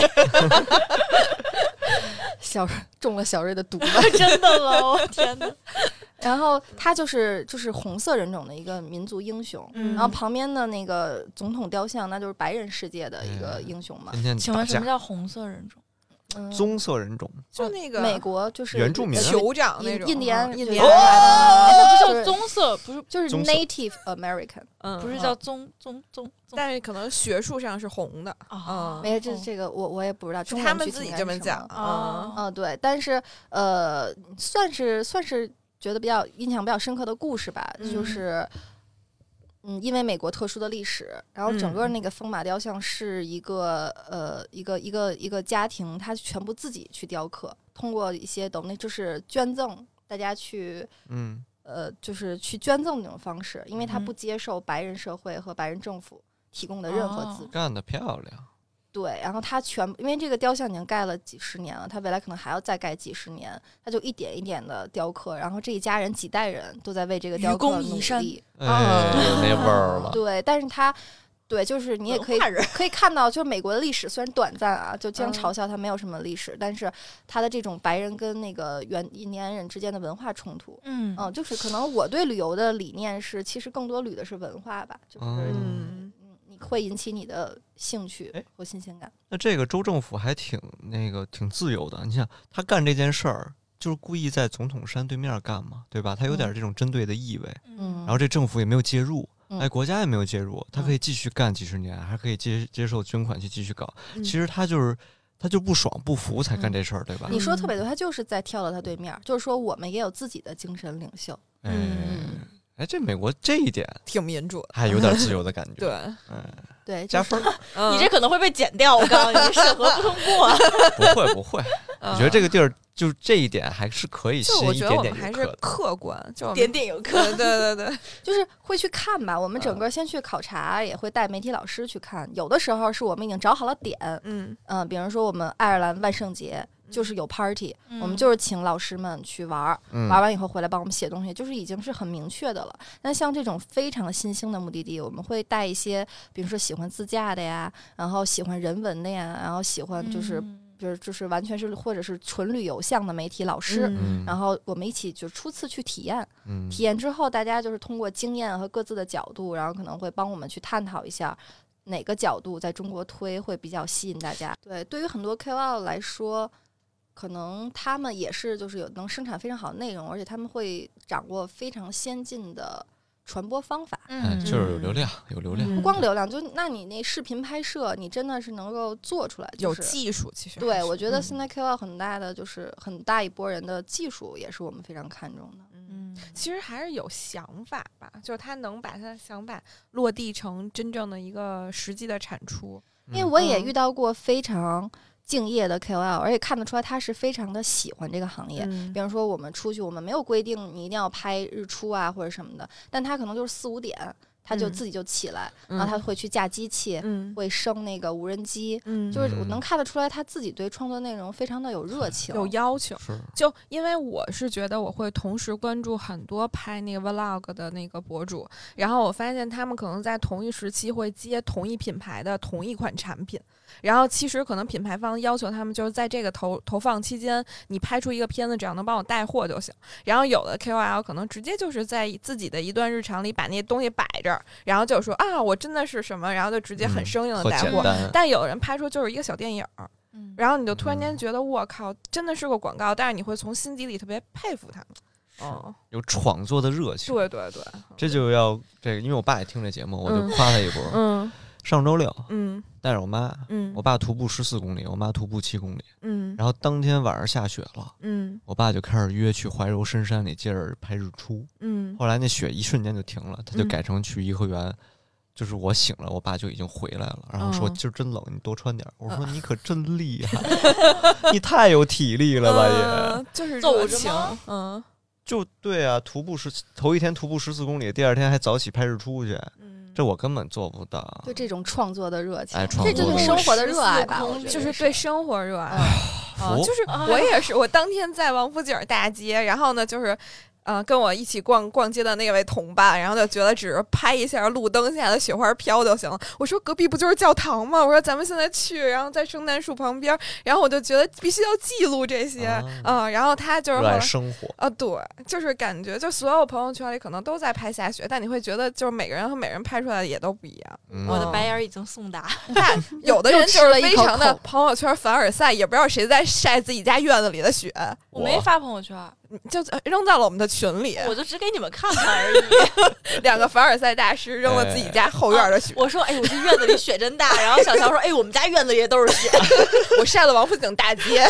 小中了小瑞的 毒吧。真的吗？我天哪！嗯然后他就是就是红色人种的一个民族英雄。嗯然后旁边的那个总统雕像，那就是白人世界的一个嗯英雄嘛。今天请打问什架么，叫红色人种？嗯，棕色人种就那个美国就是原住民啊呃酋长那印种印第安嗯人印就第是安来人，的哎那不就是叫棕色，不是就是棕色 Native American。嗯不是嗯叫棕棕棕棕但是可能学术上是红的，啊？没有，这哦这个我我也不知道，中他文们具体自己应该这是么什讲么哦嗯，对，但是呃，算是算是觉得比较印象比较深刻的故事吧，就嗯是嗯，因为美国特殊的历史，然后整个嗯那个风马雕像是一个、呃一个一个一个家庭，他全部自己去雕刻，通过一些等于就是捐赠，大家去嗯呃就是去捐赠那种方式，因为他嗯不接受白人社会和白人政府提供的任何哦资助。干得漂亮，对，然后他全因为这个雕像已经盖了几十年了，他未来可能还要再盖几十年，他就一点一点的雕刻，然后这一家人几代人都在为这个愚雕刻公移努山力。哎，啊有那味儿了。对，但是他。对，就是你也可以文化人可以看到，就是美国的历史虽然短暂啊，就经常嗯嘲笑它没有什么历史，但是它的这种白人跟那个原印第安人之间的文化冲突，嗯嗯，就是可能我对旅游的理念是，其实更多旅的是文化吧，就是嗯嗯，嗯你会引起你的兴趣哎和新鲜感。那这个州政府还挺那个挺自由的，你想他干这件事儿，就是故意在总统山对面干嘛，对吧？他有点嗯这种针对的意味，嗯然后这政府也没有介入，嗯哎，国家也没有介入，他嗯可以继续干几十年，还可以接接受捐款去继续搞。嗯其实他就是他就不爽不服才干嗯这事儿，对吧？你说得特别对，他就是在跳到他对面儿，就是说我们也有自己的精神领袖。哎嗯，哎，这美国这一点挺民主的，还有点自由的感觉， 对，哎，对，加就是分儿。嗯你这可能会被剪掉，我告诉你，审核不通过。不会不 会，我我觉得这个地儿就是这一点还是可以吸就引我一觉得点我点们还游是客的。客观，就我们点 点有客，对对对对， 就是会去看吧。我们嗯整个先去考察，也会带媒体老师去看。有的时候是我们已经找好了点， 嗯，嗯、比如说我们爱尔兰万圣节就是有 party，、我嗯们就是请老师们去玩儿，嗯玩完以后回来帮我们写东西，就是已经是很明确的了。那像这种非常新兴的目的地，我们会带一些，比如说喜欢自驾的呀，然后喜欢人文的呀，然后喜欢嗯就是、就是就是完全是或者是纯旅游向的媒体老师。嗯然后我们一起就初次去体验，嗯体验之后，大家就是通过经验和各自的角度，然后可能会帮我们去探讨一下哪个角度在中国推会比较吸引大家。对，对于很多 KOL 来说，可能他们也是就是有能生产非常好的内容，而且他们会掌握非常先进的传播方法。哎，就是有嗯流量，有流量。不光流量，就那你那视频拍摄，你真的是能够做出来，就有是技术其实还对，是我觉得嗯现在 KOL 很大的就是很大一波人的技术也是我们非常看重的。嗯，其实还是有想法吧，就是他能把他的想法落地成真正的一个实际的产出。因为我也嗯遇到过非常敬业的 KOL，而且看得出来他是非常的喜欢这个行业。嗯比，方说我们出去，我们没有规定你一定要拍日出啊或者什么的，但他可能就是四五点他就嗯自己就起来，然后他会去架机器，嗯会升那个无人机，嗯，就是我嗯能看得出来他自己对创作内容非常的有热情。有要求。是，就因为我是觉得我会同时关注很多拍那个 vlog 的那个博主，然后我发现他们可能在同一时期会接同一品牌的同一款产品，然后其实可能品牌方要求他们就是在这个投投放期间，你拍出一个片子，只要能帮我带货就行。然后有的 KOL 可能直接就是在自己的一段日常里把那东西摆这儿，然后就说啊，我真的是什么，然后就直接很嗯生硬的特带简货。单。但有人拍出就是一个小电影儿，嗯然后你就突然间嗯觉得我靠，真的是个广告，但是你会从心底里特别佩服他们。哦，有闯作的热情。对对对，这就要这个，因为我爸也听这节目，我就嗯夸他一波。嗯上周六嗯带着我妈，嗯，我爸徒步十四公里，我妈徒步七公里。嗯然后当天晚上下雪了，嗯我爸就开始约去怀柔深山里接着拍日出。嗯后来那雪一瞬间就停了，他就嗯改成去颐和园。就是我醒了，我爸就已经回来了，然后说嗯今儿真冷，你多穿点儿。我哦说你可真 厉害，你太有体力了吧也。嗯就是走热着情吗，嗯就对啊，徒步十头一天徒步十四公里，第二天还早起拍日出去，嗯，这我根本做不到。就这种创作的热情，哎创这作就的是生热活的情热爱吧，空我觉得嗯就是对生活热爱。啊，服就是我也是，我当天在王府井大街，然后呢，就是，呃，跟我一起逛逛街的那位同伴，然后就觉得只是拍一下路灯下的雪花飘就行了。我说隔壁不就是教堂吗？我说咱们现在去，然后在圣诞树旁边，然后我就觉得必须要记录这些，啊嗯、然后他就是热后爱来。生活，啊，对，就是感觉，就所有朋友圈里可能都在拍下雪，但你会觉得，就是每个人和每个人拍出来的也都不一样。嗯我的白眼儿已经送达，但有的嗯又人吃就是了一非口常的口朋友圈凡尔赛，也不知道谁在晒自己家院子里的雪。我没发朋友圈，就呃扔到了我们的群里，我就只给你们看看而已。两个凡尔赛大师扔了自己家后院的雪， 我说，哎，我这院子里雪真 大。然后小乔说，哎，我们家院子里也都是雪，我晒了王府井大街。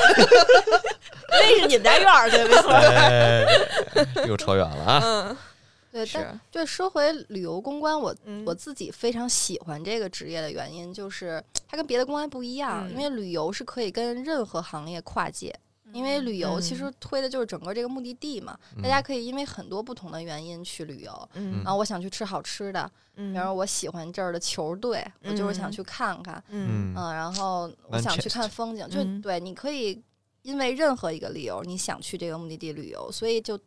那是你们家院儿，对，没错。哎又扯远了啊！嗯，对，但是，对说回旅游公关，我嗯，我自己非常喜欢这个职业的原因，就是它跟别的公关不一样，嗯因为旅游是可以跟任何行业跨界。因嗯为旅游其实推的就是整个这个目的地嘛，嗯嗯大家可以因为很多不同的原因去旅游。嗯然后我想去吃好吃的，嗯，然后我喜欢这儿的球队，我就是想去看看，嗯嗯嗯，然后我想去看风景，就嗯对，你可以因为任何一个理由，你想去这个目的地旅游，所以就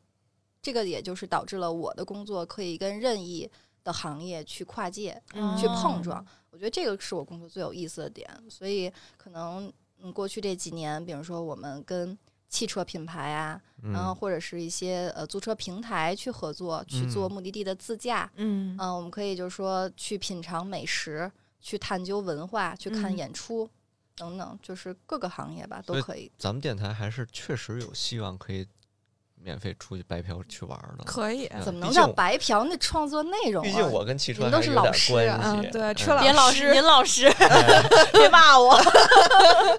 这个也就是导致了我的工作可以跟任意的行业去跨界、嗯去碰撞，我觉得这个是我工作最有意思的点，所以可能嗯，过去这几年，比如说我们跟汽车品牌啊，嗯然后或者是一些呃租车平台去合作，去做嗯目的地的自驾，嗯嗯，我们可以就是说去品尝美食，去探究文化，去看嗯演出、等等，就是各个行业吧所都以嗯可以。咱们电台还是确实有希望可以免费出去白嫖去玩儿的。可以，嗯啊怎么能毕竟叫白嫖？那创作内容、啊，毕竟我跟汽你车们都还是有老点师关啊系。对嗯车老别老师师，您老 师哎别骂我，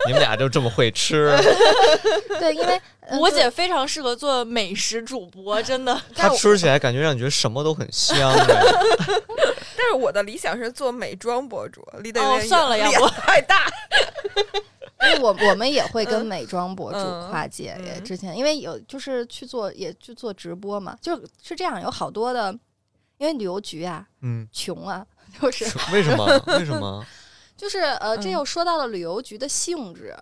你们俩就这么会吃，对，因为、呃 我就姐非常适合做美食主播，真 的。他 但我吃起来感觉让你觉得什么都很香啊 的。但是我的理想是做美妆博主，离得有哦点算远了呀 脸我太大，因为我我们也会跟嗯美妆博嗯主跨界，也嗯之前因为有就是去做也去做直播嘛，就是这样，有好多的，因为旅游局啊嗯，穷啊， 就是是为 什么？为什么？就是呃，这嗯又说到了旅游局的性质，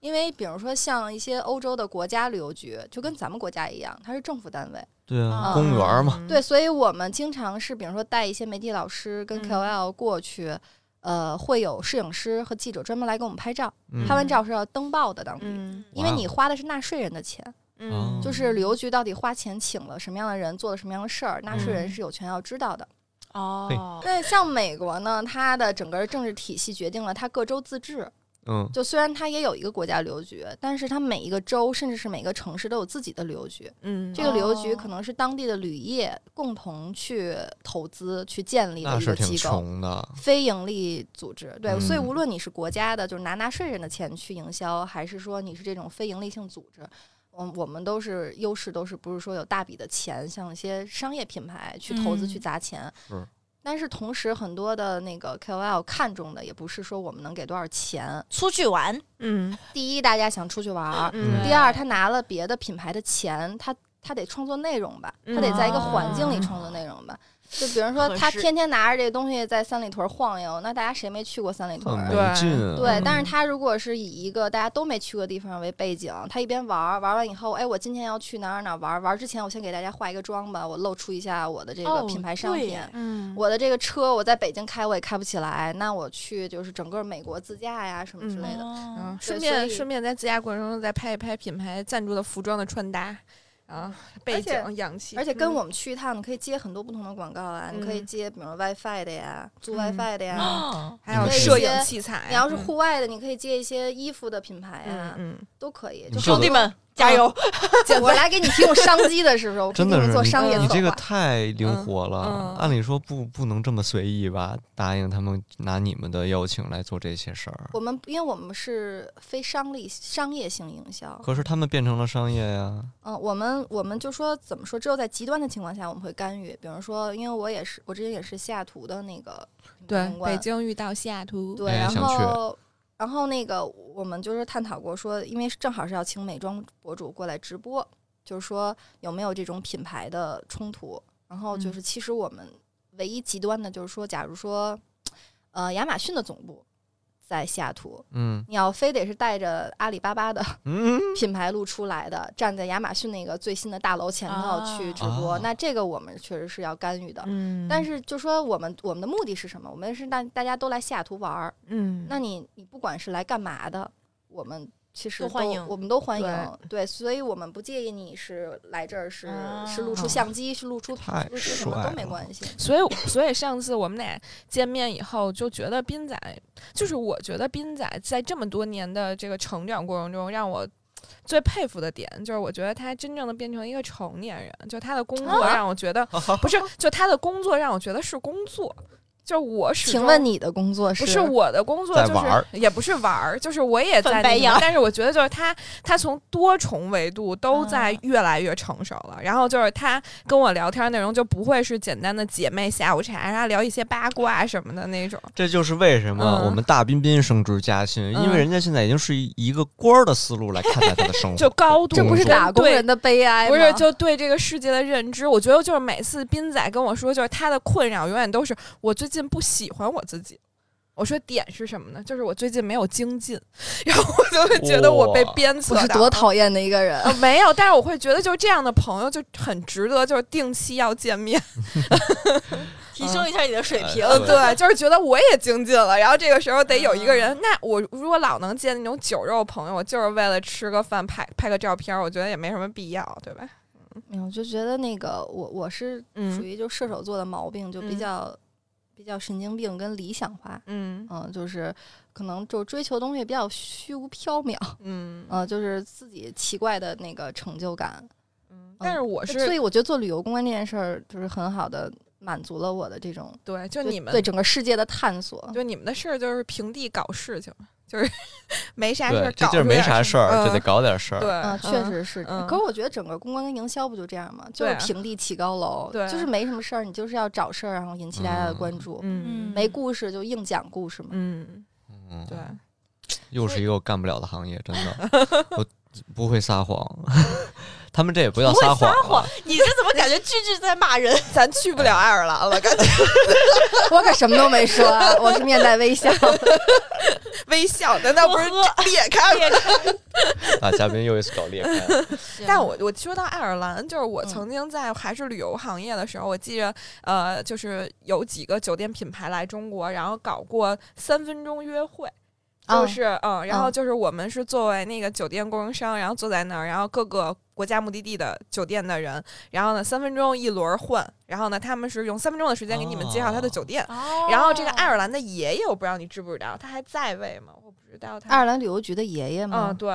因为比如说像一些欧洲的国家旅游局，就跟咱们国家一样，它是政府单位，对啊，啊公务员儿嘛。嗯对，，所以我们经常是比如说带一些媒体老师跟嗯 KOL 过去。呃，会有摄影师和记者专门来给我们拍照，嗯拍完照是要登报的，当地，嗯因为哇哦你花的是纳税人的钱，哦嗯，就是旅游局到底花钱请了什么样的人，做了什么样的事儿，纳税人嗯是有权要知道的。哦，对，像美国呢，它的整个政治体系决定了它各州自治，嗯就虽然它也有一个国家旅游局，但是它每一个州甚至是每个城市都有自己的旅游局。嗯，这个旅游局哦可能是当地的旅业共同去投资、去建立的那一是个挺机构，穷的。非盈利组织。对，嗯所以无论你是国家的，就是拿纳税人的钱去营销，还是说你是这种非盈利性组织。嗯，我们都是优势，都是不是说有大笔的钱，像一些商业品牌去投资、嗯去砸钱。是但是同时，很多的那个 KOL 看中的也不是说我们能给多少钱，出去玩，嗯第一，大家想出去玩儿；嗯第二，他拿了别的品牌的钱，他他得创作内容吧，嗯他得在一个环境里创作内容吧。就比如说合，适他天天拿着这东西在三里屯晃悠，那大家谁没去过三里屯很儿？没对劲啊。对嗯，但是他如果是以一个大家都没去过的地方为背景，他一边玩儿玩完以后，哎，我今天要去哪儿哪儿玩儿，玩儿之前我先给大家化一个妆吧，我露出一下我的这个哦品牌商对品耶。嗯我的这个车我在北京开我也开不起来，那我去就是整个美国自驾呀什么之类的，哦嗯，顺对所便以顺便在自驾过程中再拍一拍品牌赞助的服装的穿搭啊，背而且景氧气，而且跟嗯我们去一趟，你可以接很多不同的广告啊，你可以嗯接比如说 WiFi 的呀，租嗯 WiFi 的呀。哦还有你可以摄接影器材，你要是嗯户外的，你可以接一些衣服的品牌啊，嗯哦都可以。你就这兄好个弟多们加嗯油！我来给你提供商机的时 候，我可以真给的你是做商业你策这个划。太灵嗯活了嗯，按理说不不能这么随意吧？答应他们拿你们的邀请来做这些事儿，我们因为我们是非商利商业性营销，可是他们变成了商业呀。嗯，我们我们就说怎么说，只有在极端的情况下我们会干预，比如说，因为我也是我之前也是西雅图的那个嗯，公对，关北京遇到西雅图，对，哎然想去后然后那个我们就是探讨过说，因为正好是要请美妆博主过来直播，就是说有没有这种品牌的冲突。然后就嗯是其实我们唯一极端的就是说，假如说呃亚马逊的总部呃在西雅图，嗯你要非得是带着阿里巴巴的嗯，品牌路出来的，站在亚马逊那个最新的大楼前头啊去直播，啊那这个我们确实是要干预的。嗯，但是就说我们我们的目的是什么？我们是让大家都来西雅图玩儿，嗯，那你你不管是来干嘛的，我们其实都欢迎我们都欢迎对对，所以我们不介意你是来这儿是、是露啊出相机，是露出嗯太露出什么帅都没了关系。所以，所以上次我们俩见面以后，就觉得斌仔，就是我觉得斌仔在这么多年的这个成长过程中，让我最佩服的点，就是我觉得他真正的变成一个成年人，就他的工作啊让我觉得、不是，就他的工作让我觉得是工作，就我始请终问你的工作不是是我的工作，在就玩儿是也不是玩儿，就是我也翻在白那眼个，儿但是我觉得就是他，他从多重维度都嗯在啊越来越成熟了。然后就是他跟我聊天内容就不会是简单的姐妹下午茶，然后聊一些八卦什么的那种。这就是为什么嗯我们大彬彬升职加薪，因为嗯人家现在已经是以一个官儿的思路来看待他的生活， 就高度这这不是工作打工人的悲哀吗？不是，就对这个世界的认知，我觉得就是每次斌仔跟我说，就是他的困扰永远都是我最近不喜欢我自己。我说点是什么呢？就是我最近没有精进， 然后我就会觉得我被哇鞭策我是到多了讨厌的一个人。呃， 没有，但是我会觉得就是这样的朋友就很值得，就是定期要见面。提升一下你的水平。嗯呃对，就是觉得我也精进了，然后这个时候得有一个嗯人。那我如果老能见那种酒肉朋友，我就是为了吃个饭拍拍个照片，我觉得也没什么必要，对吧？没有我就觉得那个我我是属嗯于就射手座的毛病，就比嗯较、比较神经病跟理想化，嗯嗯、就是可能就追求东西比较虚无缥缈，嗯嗯、就是自己奇怪的那个成就感。嗯。但是我所是以我觉得做旅游公关这件事儿，就是很好的满足了我的这种对，就对你们对整个世界的探索。就你们的事儿就是平地搞事情，就是 没啥事对儿，这搞劲儿出没点啥事儿，嗯就得搞点事儿。嗯，对，确实是。嗯可是我觉得整个公关跟营销不就这样吗？就是对啊平地起高楼，对啊就是没什么事儿，你就是要找事儿，然后引起大家的嗯关注。嗯没故事就硬讲故事嘛。嗯，嗯，对，又是一个我干不了的行业，真的， 我不会撒谎， 他们这也不叫不会撒谎啊撒了，谎，你这怎么感觉句句在骂人？咱去不了爱尔兰了，感觉我可什么都没说，啊我是面带微笑。微笑，难道不是我喝裂开吗？啊，嘉宾又一次搞 裂开，但我我说到爱尔兰，就是我嗯曾经在还是旅游行业的时候，我记着呃，就是有几个酒店品牌来中国，然后搞过三分钟约会。 就哦是嗯，然后嗯就是我们是作为那个酒店供应商，然后坐在那儿，然后各个国家目的地的酒店的人，然后呢三分钟一轮换，然后呢他们是用三分钟的时间给你们介绍他哦的酒店，然后这个爱尔兰的爷爷我不知道你知不知道，他还在位吗？我不知道他爱尔兰旅游局的爷爷嘛，嗯对，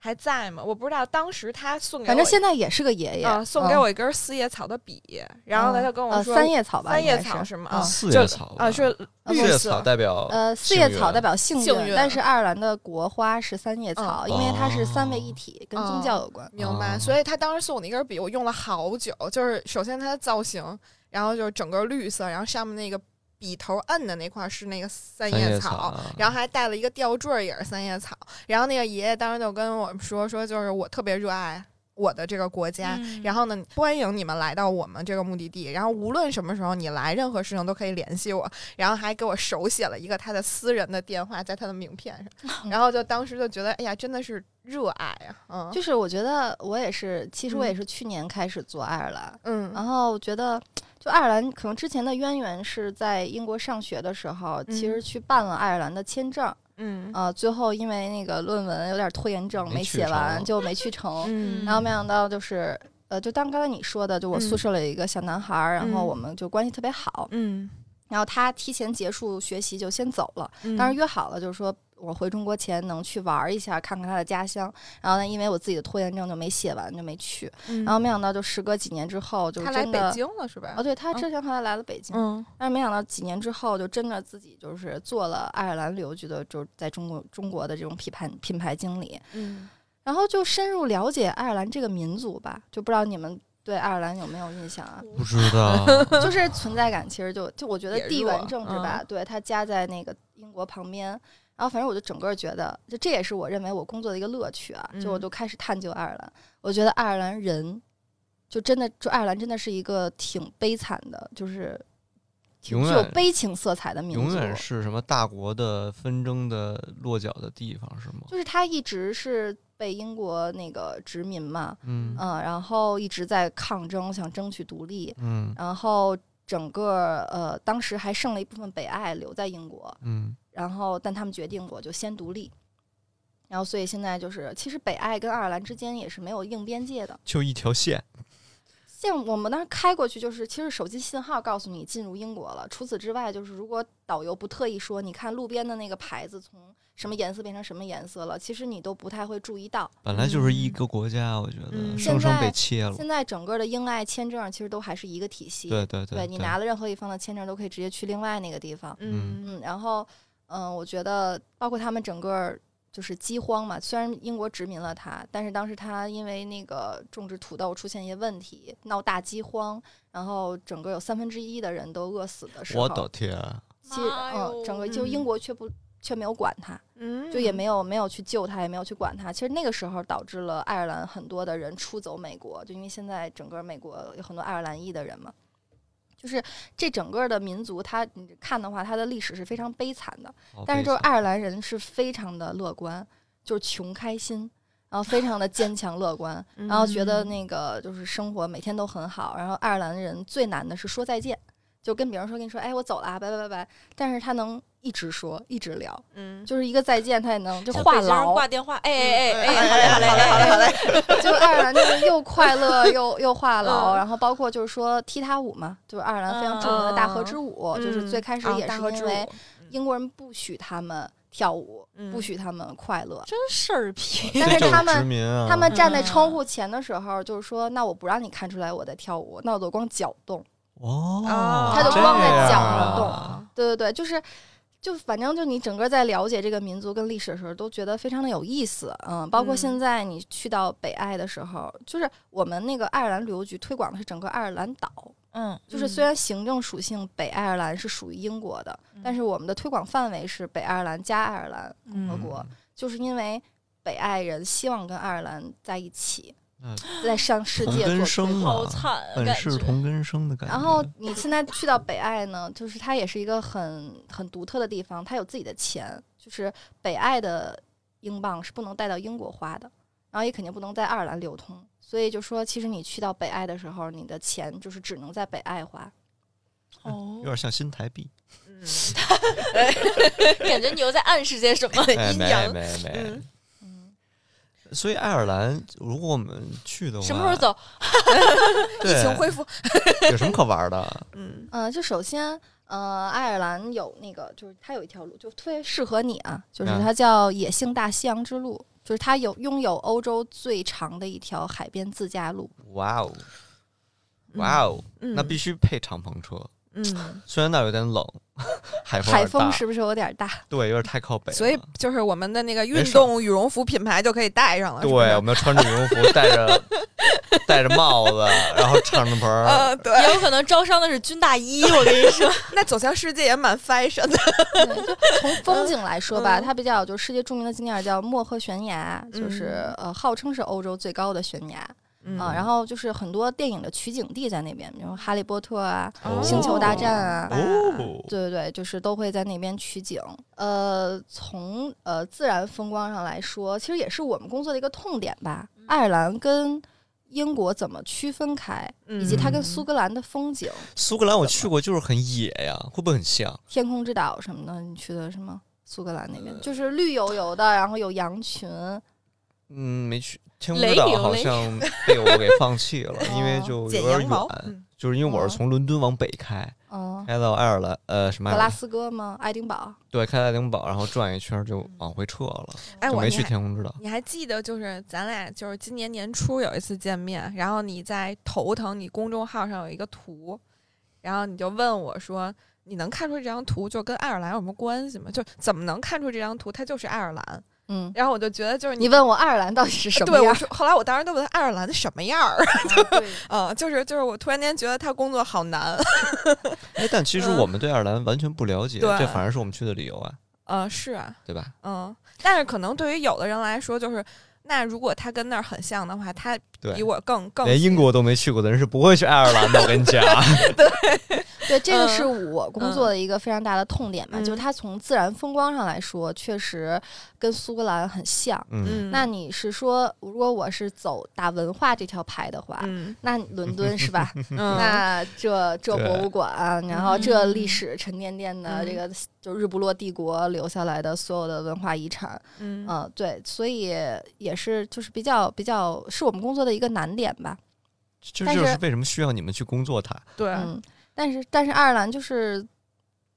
还在吗？我不知道当时他送给反正我现在也是个爷爷。嗯，送给我一根四叶草的笔，然后呢，嗯他跟我呃说哦三叶草吧，三叶应该草是哦是吗？嗯啊四就叶草啊，是四绿叶草色，代表呃四幸叶草运代表幸幸运但是爱尔兰的国花是三叶草，嗯因为它是三位一体，跟宗教有关。明白。哦所以他当时送我那根笔，我用了好久。就是首先它的造型，然后就是整个绿色，然后上面那个笔头摁的那块儿是那个三三叶叶草，啊然后还带了一个吊坠儿，也是三叶草。然后那个爷爷当时就跟我们说，说就是我特别热爱我的这个国家，嗯然后呢，欢迎你们来到我们这个目的地。然后无论什么时候你来，任何事情都可以联系我。然后还给我手写了一个他的私人的电话，在他的名片上。嗯然后就当时就觉得，哎呀，真的是热爱啊！嗯，就是我觉得我也是，其实我嗯也是去年开始做爱尔兰，嗯然后觉得就爱尔兰可能之前的渊源是在英国上学的时候，其实去办了爱尔兰的签证，嗯啊、最后因为那个论文有点拖延症没没去写完，成就没去成。嗯，然后没想到就是，呃，就当刚才你说的，就我宿嗯舍里有一个小男孩儿，然后我们就关系特别好。嗯，然后他提前结束学习就先走了，嗯当时约好了，就是说我回中国前能去玩儿一下，看看他的家乡。然后呢，因为我自己的拖延症就没写完，就没去。嗯然后没想到，就时隔几年之后，就他来真北的。京了是吧哦，？对，他嗯之前后来来了北京，嗯但是没想到几年之后，就真的自己就是做了爱尔兰旅游局的，就是在中国中国的这种品牌品牌经理，嗯，然后就深入了解爱尔兰这个民族吧，就不知道你们对爱尔兰有没有印象啊？不知道， 就是存在感，其实就就我觉得也地弱缘政治吧，嗯对它夹在那个英国旁边，然后反正我就整个觉得，就这也是我认为我工作的一个乐趣啊，就我嗯就开始探究爱尔兰，我觉得爱尔兰人就真的，就爱尔兰真的是一个挺悲惨的，就是挺永具有远悲情色彩的民永 族。远是什么大国的纷争的落脚的地方是吗？就是他一直是被英国那个殖民嘛，嗯嗯，然后一直在抗争，想争取独立，嗯然后整个呃，当时还剩了一部分北爱留在英国，嗯然后但他们决定我就先独立，然后所以现在就是其实北爱跟爱尔兰之间也是没有硬边界的，就一条线，见我们当时开过去，就是其实手机信号告诉你进入英国了。除此之外，就是如果导游不特意说，你看路边的那个牌子从什么颜色变成什么颜色了，其实你都不太会注意到。本来就是一个国家，我觉得嗯生生被现在切了。现在整个的英爱签证其实都还是一个体系，对对对，你拿了任何一方的签证都可以直接去另外那个地方。嗯嗯，然后嗯、呃我觉得包括他们整个就是饥荒嘛，虽然英国殖民了它，但是当时它因为那个种植土豆出现一些问题，闹大饥荒，然后整个有三分之一的人都饿死的时候，我的天，其妈嗯哟，整个就英嗯国却不。却没有管它，嗯就也没有没有去救它，也没有去管它。其实那个时候导致了爱尔兰很多的人出走美国，就因为现在整个美国有很多爱尔兰裔的人嘛，就是这整个的民族，它你看的话，它的历史是非常悲惨的。好但是啊悲就是惨爱尔兰人是非常的乐观，就是穷开心，然后非常的坚强乐观， 嗯然后觉嗯得那个就是生活每天都很好。然后爱尔兰人最难的是说再见，就跟别人说跟你说，哎，我走了啊，拜拜拜拜。但是他能一直说，一直聊，嗯就是一个再见他也能就像话北京人痨挂。电话，哎哎哎哎，好嘞，好嘞，好嘞，好嘞，好好嘞。 就爱尔兰就是又快 乐又又话痨，嗯然后包括就是说踢踏舞嘛，就是爱尔兰非常著名的大河之嗯舞，就是嗯最开始啊啊也是因为英国人不许他们跳舞，不嗯许他们快乐。真事儿逼，但这就是他殖们民啊他们嗯站在窗户前的时候，就是说，那我不让你看出来我在跳舞，那我就光脚动。哦，他就这光在样脚啊上动。对对对，就是。就反正就你整个在了解这个民族跟历史的时候，都觉得非常的有意思，嗯，包括嗯现在你去到北爱的时候，就是我们那个爱尔兰旅游局推广的是整个爱尔兰岛，嗯，就是虽然行政属性北爱尔兰是属于英国的，但是我们的推广范围是北爱尔兰加爱尔兰共和嗯国，就是因为北爱人希望跟爱尔兰在一起嗯，在向世同界根做推生广。好啊惨，本感是觉同根生的感觉。然后你现在去到北爱呢，就是它也是一个很很独特的地方，它有自己的钱，就是北爱的英镑是不能带到英国花的，然后也肯定不能在爱尔兰流通，所以就说其实你去到北爱的时候，你的钱就是只能在北爱花。哦有，点像新台币，嗯感觉你又在暗示些什么哎，阴没阳。没没嗯。嗯，所以爱尔兰，如果我们去的话，什么时候？走？对，疫情恢复， 有什么可玩的？嗯呃，就首先。呃，爱尔兰有那个，就是它有一条路，就特别适合你啊，就是嗯它叫野性大西洋之路，就是它有拥有欧洲最长的一条海边自驾路，哇哦，哇哦，嗯，那必须配敞篷车。嗯，虽然那儿有点冷， 海风海有点大风是不是有点大？对，有点太靠北了。所以就是我们的那个没运事儿动羽绒服品牌就可以带上了，是对，不是我们要穿着羽绒服，戴着戴着帽子，然后敞着篷嗯儿。 呃，对，也有可能招商的是军大衣，我跟你说，那走向世界也蛮 fashion 的，对，就 从风景来说吧，嗯它比较就是世界著名的景点儿叫漠河悬崖，就是嗯呃号称是欧洲最高的悬崖嗯啊。然后就是很多电影的取景地在那边，比如《哈利波特》啊，哦《星球大战》啊。哦，对对对，就是都会在那边取景。呃，从呃自然风光上来说，其实也是我们工作的一个痛点吧。嗯爱尔兰跟英国怎么区分开，嗯以及它跟苏格兰的风景、苏格兰我去过，就是很野呀，会不会很像？天空之岛什么的，你去的什么？苏格兰那呃边就是绿油油的，然后有羊群，嗯，没去。天空雷之岛流好雷像被我给放弃了，因为就有剪点羊远，毛，嗯就是因为我哦是从伦敦往北开，嗯，开到爱尔兰，呃，什么格爱尔拉兰？斯哥吗？爱丁堡？对，开到爱丁堡，然后转一圈儿就往回撤了，哎，就我没你去还天 空之岛。你还记得，就是咱俩就是今年年初有一次见面，然后你在头疼你公众号上有一个图，然后你就问我说，你能看出这张图就跟爱尔兰有什么关系吗？就怎么能看出这张图它就是爱尔兰？嗯，然后我就觉得就是你问我爱尔兰到底是什么对，样我儿？说后来我当时都问他爱尔兰什么样儿， 对，嗯，就是就是我突然间觉得他工作好难， 哎，但其实嗯我们对爱尔兰完全不了解，对这反而是我们去的理由啊，呃，是啊，对吧？嗯，但是可能对于有的人来说，就是那如果他跟那儿很像的话，他对比，我更更连英国都没去过的人是不会去爱尔兰的。我跟你 讲， 嗯对，这个嗯是我工作的一个非常大的痛点吧，嗯就是它从自然风光上来说，确实跟苏格兰很像。嗯，嗯，那你是说，如果我是走打文化这条牌的话，嗯那伦敦是吧？嗯那这这对博物馆啊，然后这历史沉甸甸的嗯这个，就日不落帝国留下来的所有的文化遗产，嗯嗯，对，所以也是就是比较比较是我们工作的一个难点吧。这但就是为什么需要你们去工作它。对，嗯，但是但是爱尔兰就是，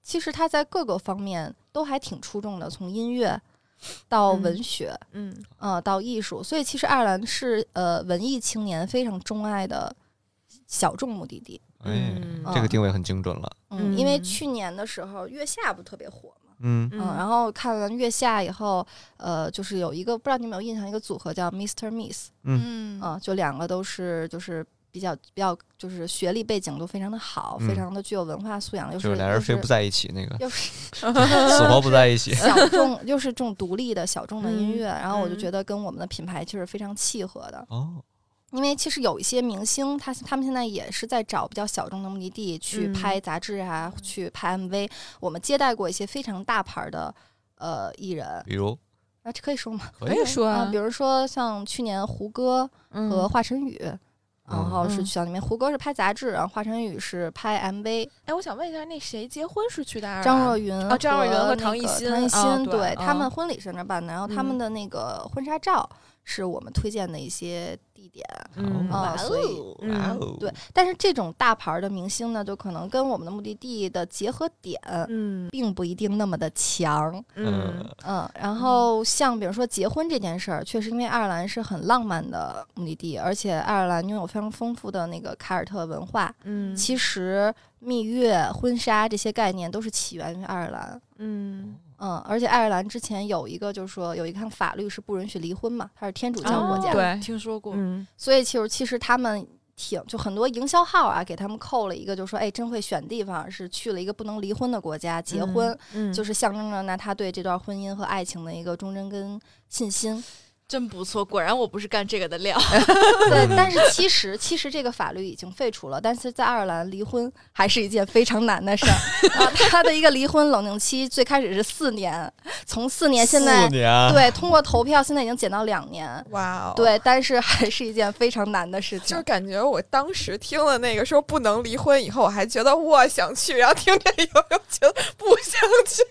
其实它在各个方面都还挺出众的，从音乐到嗯文学，嗯呃，到艺术，所以其实爱尔兰是呃文艺青年非常钟爱的小众目的地。哎，嗯这个定位很精准了。嗯，因为嗯去年的时候月下不特别火嘛，嗯嗯，哎然后看完月下以后，呃，就是有一个不知道你有没有印象，一个组合叫 Mr. Miss，嗯啊、就两个都是就是。比较比较就是学历背景都非常的好，非嗯常的具有文化素养，又就是是俩人又非不嗯是在一起，那 个又是死活不在一 起。小众，又是这种独立的小众的音嗯乐，然后我就嗯觉得跟我们的品牌就是非常契合的。哦，因为其实有一些明星，他他们现在也是在找比较小众的目的地去嗯拍杂志啊，去拍 MV。我们接待过一些非常大牌的呃艺人，比如啊，这可以说吗？可以说啊，啊比，如说像去年胡歌嗯和华晨宇，然后是嗯去到里面，胡歌是拍杂志，然后华晨宇是拍 MV。哎，我想问一下，那谁结婚是去的爱尔兰？张若昀哦张若昀和和唐艺艺昕，昕唐哦对对他们嗯婚礼是那儿办的，然后他们嗯的那个婚纱照是我们推荐的一些地点。嗯啊哦所以嗯哇哦对，但是这种大牌儿的明星呢，就可能跟我们的目的地的结合点嗯并不一定那么的强。呃嗯，嗯，然后像比如说结婚这件事儿，确实因为爱尔兰是很浪漫的目的地，而且爱尔兰拥有非常丰富的那个凯尔特文化。嗯，其实蜜月、婚纱这些概念都是起源于爱尔兰。嗯嗯，而且爱尔兰之前有一个，就是说有一项法律是不允许离婚嘛，它是天主教国哦家，对听说过，嗯所以其实其实他们挺就很多营销号啊，给他们扣了一个，就说哎，真会选地方，是去了一个不能离婚的国家结婚，嗯就是是象征着那他对这段婚姻和爱情的一个忠贞跟信心。真不错，果然我不是干这个的料。对，嗯但是其实其实这个法律已经废除了，但是在爱尔兰离婚还是一件非常难的事儿啊。他的一个离婚冷静期最开始是四年，从四年现在四年，啊对通过投票现在已经减到两年。哇哦，。对，但是还是一件非常难的事情。就是感觉我当时听了那个说不能离婚以后，我还觉得哇想去，然后听这以后又觉得不想去。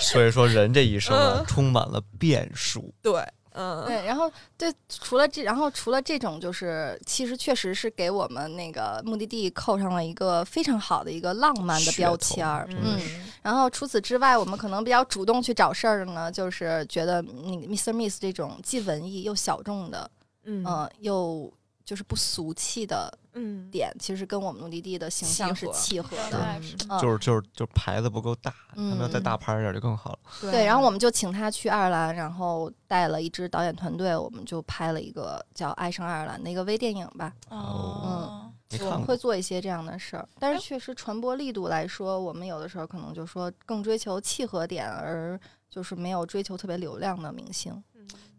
所以说人这一生啊，嗯充满了变数。对，嗯，对，然后对，除了这，然后除了这种，就是其实确实是给我们那个目的地扣上了一个非常好的一个浪漫的噱标头签儿，真的嗯。然后除此之外，我们可能比较主动去找事儿的呢，就是觉得那个 Mr. Miss 这种既文艺又小众的，嗯嗯、又就是不俗气的嗯点，其实跟我们目的地的形契象是合契合是的。嗯是嗯就是就是就是牌子不够大，他们要再嗯大牌一点就更好了。对，然后我们就请他去爱尔兰，然后带了一支导演团队，我们就拍了一个叫《爱上爱尔兰》的一个微电影吧。哦，没看我们过会做一些这样的事儿，但是哎确实传播力度来说，我们有的时候可能就说更追求契合点，而就是没有追求特别流量的明星。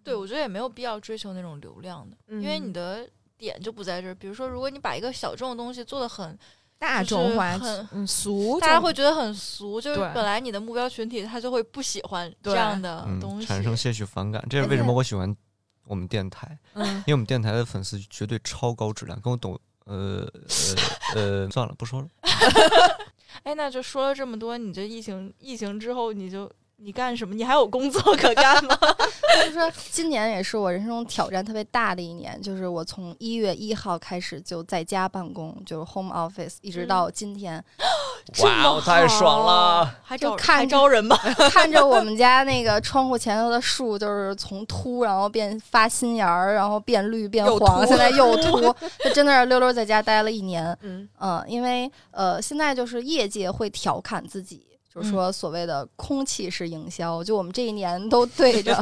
对，我觉得也没有必要追求那种流量的，嗯因为你的点就不在这儿。比如说，如果你把一个小众的东西做的很，大就是众化很嗯俗，大家会觉得很俗，就是对本来你的目标群体他就会不喜欢这对样的东嗯，西。产 生些许反感。这呃而是为什且么我喜欢我们电台，嗯 因为我们电台的粉丝绝对超高质量，跟我懂。呃呃呃，算了，不说了。哎，那就说了这么多，你这疫情疫情之后，你就你干什么？你还有工作可干吗？就是说，今年也是我人生中挑战特别大的一年，就是我从一月一号开始就在家办公，就是 home office，一直嗯到今天， 这么哦太爽了！还就招看还着招人吗？看着我们家那个窗户前头的树，就是从秃，然后变发新芽儿，然后变绿变又黄，秃现在 又秃，就真的是溜溜在家待了一年。嗯嗯，因为呃，现在就是业界会调侃自己，就是说所谓的空气式营销，就我们这一年都对着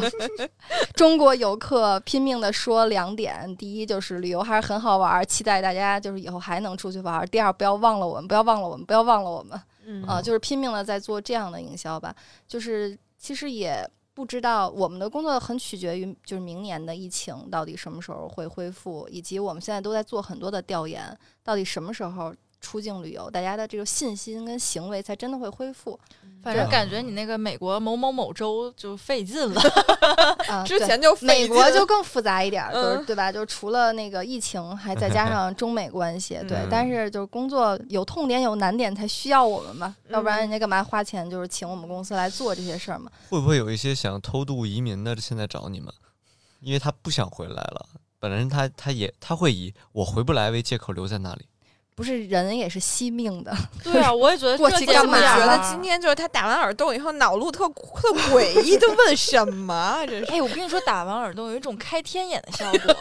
中国游客拼命的说两点：第一就是旅游还是很好玩儿，期待大家就是以后还能出去玩儿；第二不要忘了我们，不要忘了我们，不要忘了我们嗯啊、就是拼命的在做这样的营销吧。就是其实也。不知道我们的工作很取决于，就是明年的疫情到底什么时候会恢复，以及我们现在都在做很多的调研，到底什么时候出境旅游，大家的这个信心跟行为才真的会恢复嗯反正 对感觉你那个美国某某某州就费劲 了。啊。之对前就费美国劲就更复杂一点儿，就是嗯对吧？就是除了那个疫情，还再加上中美关系，对嗯。但是就是工作有痛点有难点，才需要我们嘛，要不然嗯人家干嘛花钱就是请我们公司来做这些事儿嘛？会不会有一些想偷渡移民的现在找你们？因为他不想回来了，本人他他也他会以我回不来为借口留在那里。不是人也是惜命的， 对啊，我也觉得过这去节干骨嘛我眼觉儿得今天就是他打完耳洞以后脑路特特诡异，就问什么啊这是。哎，我跟你说，打完耳洞有一种开天眼的效果。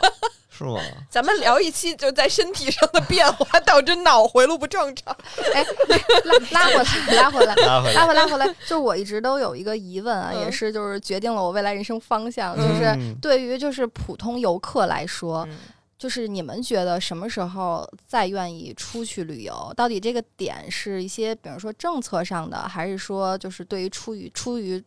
是吗？咱们聊一期就在身体上的变化导致脑回路不正常。哎，拉拉回来，拉回来，拉回拉回来，拉回来。就我一直都有一个疑问啊，嗯也是就是决定了我未来人生方向，就是嗯对于就是普通游客来说，嗯就是你们觉得什么时候再愿意出去旅游？到底这个点是一些，比如说政策上的，还是说就是对于出于出于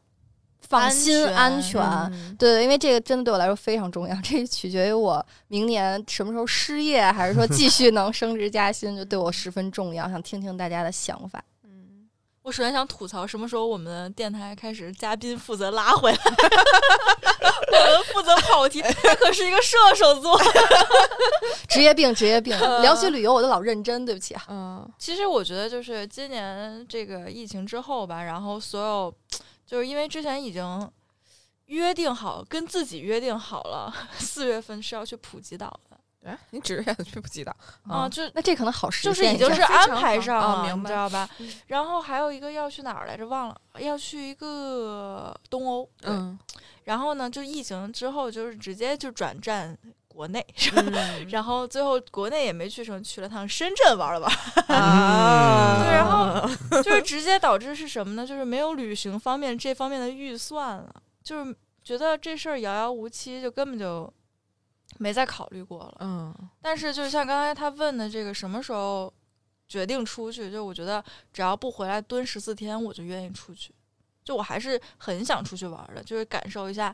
放心安安全全？嗯对，因为这个真的对我来说非常重要，这取决于我明年什么时候失业，还是说继续能升职加薪，就对我十分重要。想听听大家的想法。嗯，我首先想吐槽，什么时候我们的电台开始嘉宾负责拉回来， 我们负责跑题，他可是一个射手座。职业病，职业病。聊起旅游，我都老认真，对不起啊。嗯 其实我觉得就是今年这个疫情之后吧，然后所有就是因为之前已经约定好，跟自己约定好了，四月份是要去普吉岛的哎，你指着眼去不记得啊，就那这可能好实就是现已一经下是非常安排上好了，啊明你白知道吧嗯？然后还有一个要去哪儿来着，忘了，要去一个东欧。对，嗯，然后呢，就疫情之后就是直接就转战国内，嗯然后最后国内也没去成，去了趟深圳玩了玩。 啊，对，然后 就是直接导致是什么呢？就是没有旅行方面这方面的预算了，就是觉得这事儿遥遥无期，就根本就没再考虑过了。嗯但是就像刚才他问的这个什么时候决定出去，就我觉得只要不回来蹲十四天，我就愿意出去。就我还是很想出去玩儿的，就是感受一下。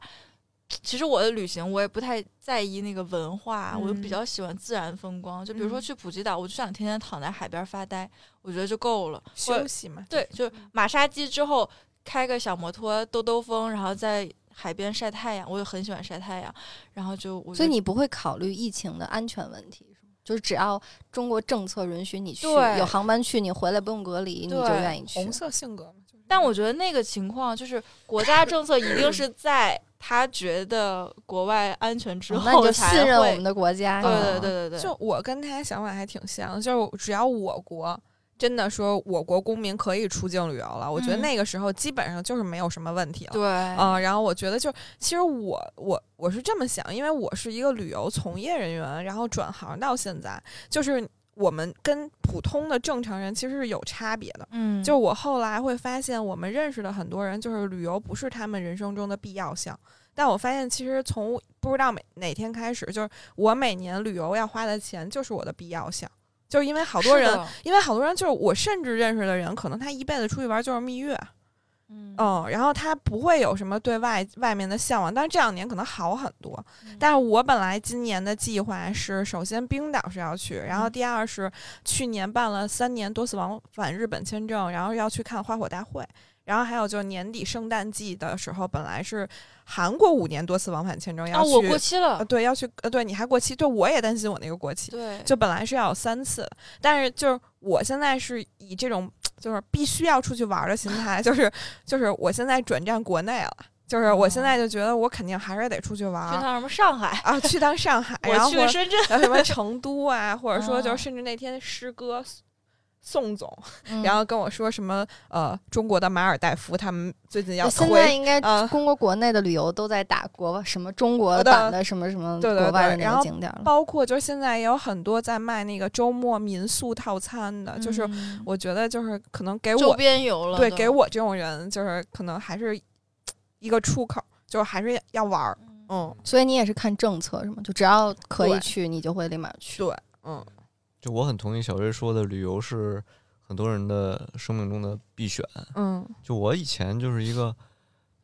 其实我的旅行我也不太在意那个文化，我就比嗯较喜欢自然风光。就比如说嗯去普吉岛，我就想天天躺在海边儿发呆，我觉得就够了。休息嘛，对，就是马杀鸡之后开个小摩托兜兜风，然后在海边晒太阳，我就很喜欢晒太阳。然后就我所以就你不会考虑疫情的安全问题，是吗就是只要中国政策允许你去，对有航班去，你回来不用隔离，你就对愿意去。啊红色性格嘛，就是但我觉得那个情况就是国家政策一定是在他觉得国外安全之哦那你后就才信任我会。们的国家。啊嗯对是对吗对对对，就我跟他想法还挺像的，就是只要我国真的说我国公民可以出境旅游了，我觉得嗯那个时候基本上就是没有什么问题了。对，哦嗯、然后我觉得就是，其实我我我是这么想，因为我是一个旅游从业人员，然后转行到现在，就是我们跟普通的正常人其实是有差别的。嗯，就我后来会发现，我们认识的很多人，就是旅游不是他们人生中的必要项。但我发现，其实从不知道每哪天开始，就是我每年旅游要花的钱就是我的必要项，就是因为好多是人，的，因为好多人就是我甚至认识的人，可能他一辈子出去玩就是蜜月，嗯嗯，然后他不会有什么对外外面的向往，但是这两年可能好很多嗯。但是我本来今年的计划是，首先冰岛是要去，然后嗯第二是去年办了三年多次往返日本签证，然后要去看花火大会，然后还有就是年底圣诞季的时候，本来是韩国五年多次往返签证啊，要去，我过期呃了，对，要去呃对，你还过期，对我也担心我那个过期，对，就本来是要有三次，但是就是我现在是以这种就是必须要出去玩儿的心态，就是 就是我现在转战国内了，就是我现在就觉得我肯定还是得出去玩哦去儿趟什么上 海，啊，去趟上海，然我后去或个者深圳，然后什么成都啊，或者说就哦是甚至那天师哥。宋总，嗯然后跟我说什么？呃，中国的马尔代夫，他们最近要就现在推，应该啊中国国内的旅游都在打国外什么中国对版的什么什么对对国外的对那然个后景点了。包括就是现在也有很多在卖那个周末民宿套餐的， 就是嗯我觉得就是可能给周我边游了，对，给，我这种人就是可能还是一个出口，就是还是要玩儿，嗯，所以你也是看政策是吗？就只要可以对去，你就 会立马去。对，嗯，就我很同意小瑞说的，旅游是很多人的生命中的必选。嗯，就我以前就是一个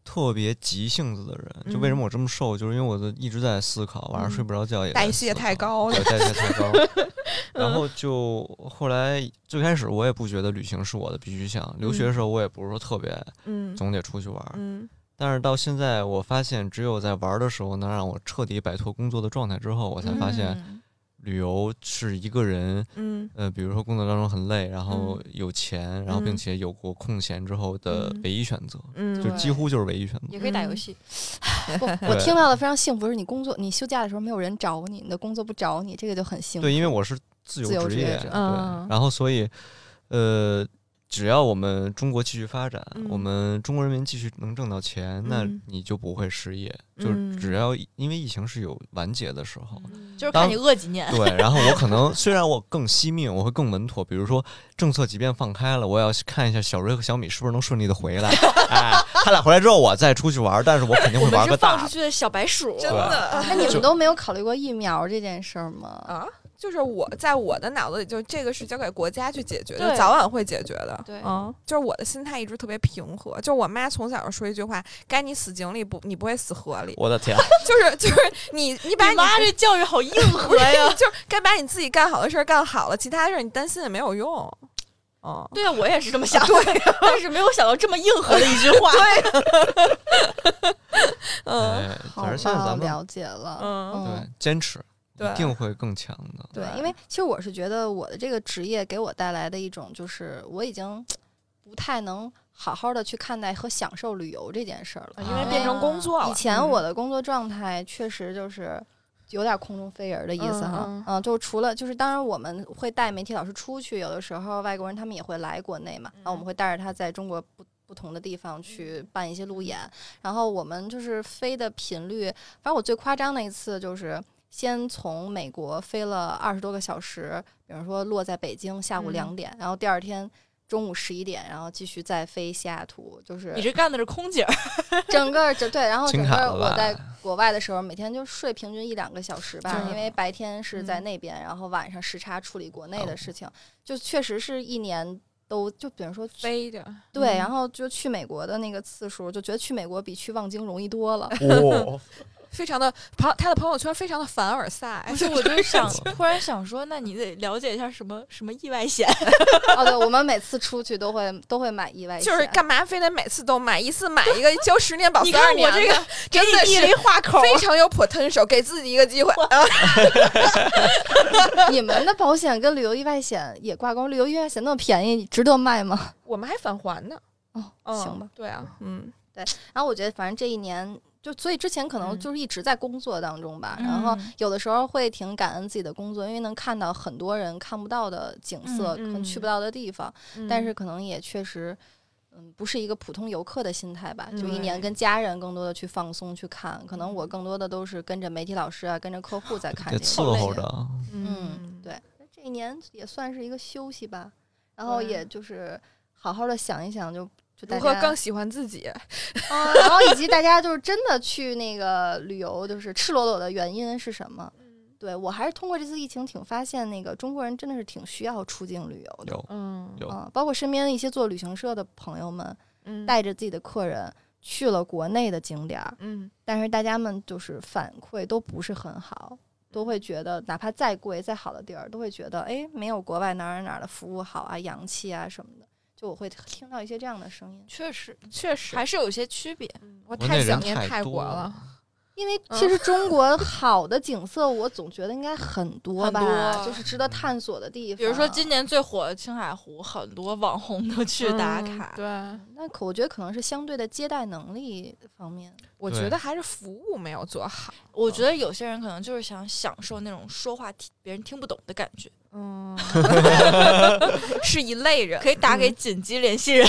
特别急性子的人，就为嗯什么我这么瘦，就是因为我的一直在思考，晚上睡不着觉也在代谢思考太高了对代谢太高。 然后就后来最开始我也不觉得旅行是我的必须项，留学的时候我也不是说特别嗯，总得出去玩儿，嗯，但是到现在我发现，只有在玩儿的时候能让我彻底摆脱工作的状态之后，我才发现嗯旅游是一个人，嗯呃，比如说工作当中很累，然后有钱，然后并嗯且有过空闲之后的嗯唯一选择，嗯就对几乎就是唯一选择。也可以打嗯游戏，我我对听到的非常幸福是你工作，你休假的时候没有人找你，你的工作不找你，这个就很幸福。对，因为我是自自由由职职业业，者对，嗯然后所以，呃，只要我们中国继续发展，我嗯们中国人民继续能挣到钱，那嗯你就不会失业。就是嗯只要因为疫情是有完结的时候，就是当看你饿几年。对，然后我可能虽然我更惜命，我会更稳妥。比如说政策即便放开了，我也要看一下小瑞和小米是不是能顺利的回来。哎，他俩回来之后我再出去玩儿，但是我肯定我会们玩是个放大出的。去的小白鼠，真啊 的那你就们都没有考虑过疫苗这件事儿吗？啊，就是我在我的脑子里，就这个是交给国家去解决的，对早晚会解决的。对嗯，就是我的心态一直特别平和。就我妈从小说一句话：“该你死井里不，你不会死河里。 我的天！”就是就是你你把你你妈这教育好硬核呀！就是该把你自己干好的事儿干好了，其他事儿你担心也没有用。嗯，对啊，啊我也是这么想的，但是没有想到这么硬核的一句话。 嗯哎，好反吧，正现在咱们了解了。嗯对坚持对一定会更强的。对对，因为其实我是觉得我的这个职业给我带来的一种，就是我已经不太能好好的去看待和享受旅游这件事儿啊了。因为变成工作了。嗯以前我的工作状态确实就是有点空中飞人的意思哈，嗯嗯嗯，就除了就是当然我们会带媒体老师出去，有的时候外国人他们也会来国内嘛，然后我们会带着他在中国不。不同的地方去办一些路演，然后我们就是飞的频率，反正我最夸张的一次就是先从美国飞了二十多个小时，比如说落在北京下午嗯两点，然后第二天中午十一点，然后继续再飞西雅图，就是你这干的是空姐儿，整个儿整对，哦然后精整彩个儿了我吧在国外的时候，每天就睡平均一两个小时吧就，是因为白天是嗯在那边，然后晚上时差处理国内哦的事情，就确实是一年都就比如说去飞嗯着，对，然后后就去美国的那个次数，就觉得去美国比去望京容易多了。 哦，非常的朋他的朋友圈非常的凡尔赛，不是？哎我 就是想突然想说，那你得了解一下什么什么意外险，哦，对，我们每次出去都会都会买意外 险，就是干嘛非得每次都买一次买一个交十 年保你十看二我年的，这个给真的你立了是一话口。非常有 potential，给自己一个机会。你们的保险跟旅游意外险也挂钩，旅游意外险那么便宜，值得卖吗？我们还返还呢，哦，嗯行吧。，对啊，嗯，然后我觉得，反正这一年就，所以之前可能嗯就是一直在工作当中吧。然后嗯有的时候会挺感恩自己的工作，因为能看到很多人看不到的景色，嗯可能去嗯不到的地方。但是嗯可能也确实，嗯，不是一个普通游客的心态吧。就一对年跟家人更多的去放松去看，可能我更多的都是跟着媒体老师啊，跟着客户在看得这个伺东 西候着。啊。哦嗯，对，这一年也算是一个休息吧，然后对也就是好好的想一想就。就大如何家更喜欢自己？啊，然后以及大家就是真的去那个旅游，就是赤裸裸的原因是什么？对我还是通过这次疫情挺发现，那个中国人真的是挺需要出境旅游的。有嗯有啊，包括身边一些做旅行社的朋友们，嗯，带着自己的客人去了国内的景点儿，嗯但是大家们就是反馈都不是很好，嗯都会觉得哪怕再贵再好的地儿，都会觉得哎，没有国外哪儿哪儿哪儿的服务好啊，洋气啊什么的。就我会听到一些这样的声音，确实，确实，还是有些区别。嗯我国内太想人念太泰多国了。。因为嗯其实中国好的景色，我总觉得应该很多很吧，多就是值得探索的地方。比如说今年最火的青海湖，很多网红都去打嗯卡。对，那可我觉得可能是相对的接待能力方面，我对觉得还是服务没有做好。我觉得有些人可能就是想享受那种说话听别人听不懂的感觉，嗯，是一类人。可以打给紧急联系人。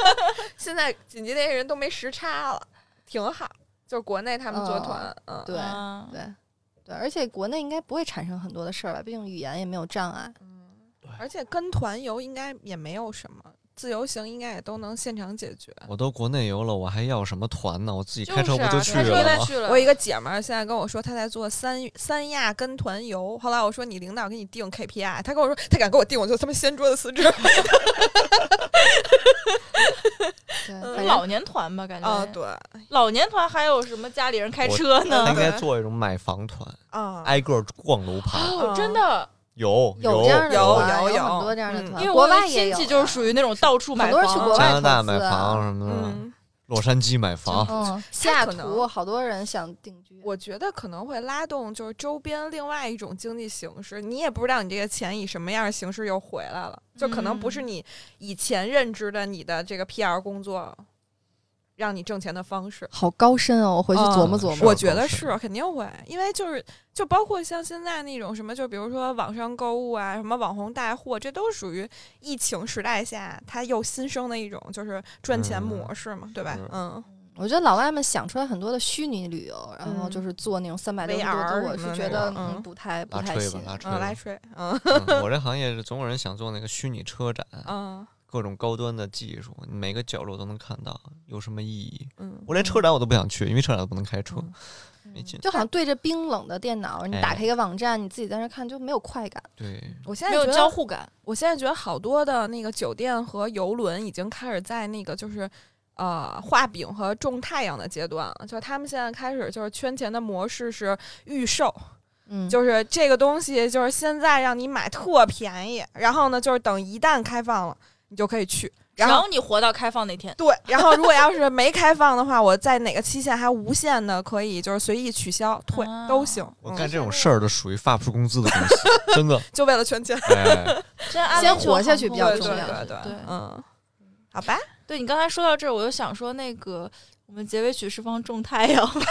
现在紧急那些人都没时差了，挺好。就是国内他们做团，嗯，对、啊对对，而且国内应该不会产生很多的事儿吧，毕竟语言也没有障碍。而且跟团游应该也没有什么，自由行应该也都能现场解决。 我都国内游了，我还要什么团呢？我自己开车就是不啊就开去车了在吗？去了我有一个姐们儿现在跟我说，她在做三三亚跟团游。后来我说你领导给你定 KPI，她跟我说她敢给我定，我就他妈掀桌子辞职。对，嗯反正老年团吧，感觉、啊，对，老年团还有什么家里人开车他呢应？该做一种买房团，啊，挨个逛楼盘。哦，真的，有有这样的有团，有有很多这样的嗯团，因为国我有外也亲有戚啊就是属于那种到处买很多房，人去国外加拿大投资买啊房什么的，啊嗯，洛杉矶买房， 嗯，西雅可能图好多人想定居，我觉得可能会拉动就是周边另外一种经济形式，你也不知道你这个钱以什么样的形式又回来了，就可能不是嗯你以前认知的你的这个 PR 工作让你挣钱的方式。好高深哦，我回去嗯琢磨琢是磨。我觉得是是肯定会，因为就是就包括像现在那种什么，就比如说网上购物啊，什么网红带货，这都属于疫情时代下它又新生的一种就是赚钱嗯模式嘛，对吧是？嗯，我觉得老外们想出来很多的虚拟旅游，然后嗯就是做那种三百六十度 VR 的，我什么是的觉那得种嗯嗯不太不拉太吹行吧，。拉吹嗯，来吧。吹，嗯嗯我这行业是总有人想做那个虚拟车展，嗯各种高端的技术，每个角落都能看到，有什么意义？嗯，我连车展我都不想去，因为车展我不能开车，嗯没劲。就好像对着冰冷的电脑，你哎打开一个网站，你自己在那看就没有快感。对，我现在没有觉得交互感。我现在觉得好多的那个酒店和游轮已经开始在那个就是。呃，画饼和种太阳的阶段了，就是他们现在开始就是圈钱的模式是预售，嗯，就是这个东西就是现在让你买特便宜，然后呢就是等一旦开放了你就可以去，只然后要你活到开放那 天，对，然后如果要是没开放的话，我在哪个期限还无限的可以就是随意取消退啊都行，我嗯干这种事儿都属于发不出工资的公司，真 的。就为了圈钱，哎，真安先慰就活下很去痛比较苦对重对要对对对，嗯，好吧，对你刚才说到这儿，我就想说那个我们结尾曲是放《种太阳》 吗，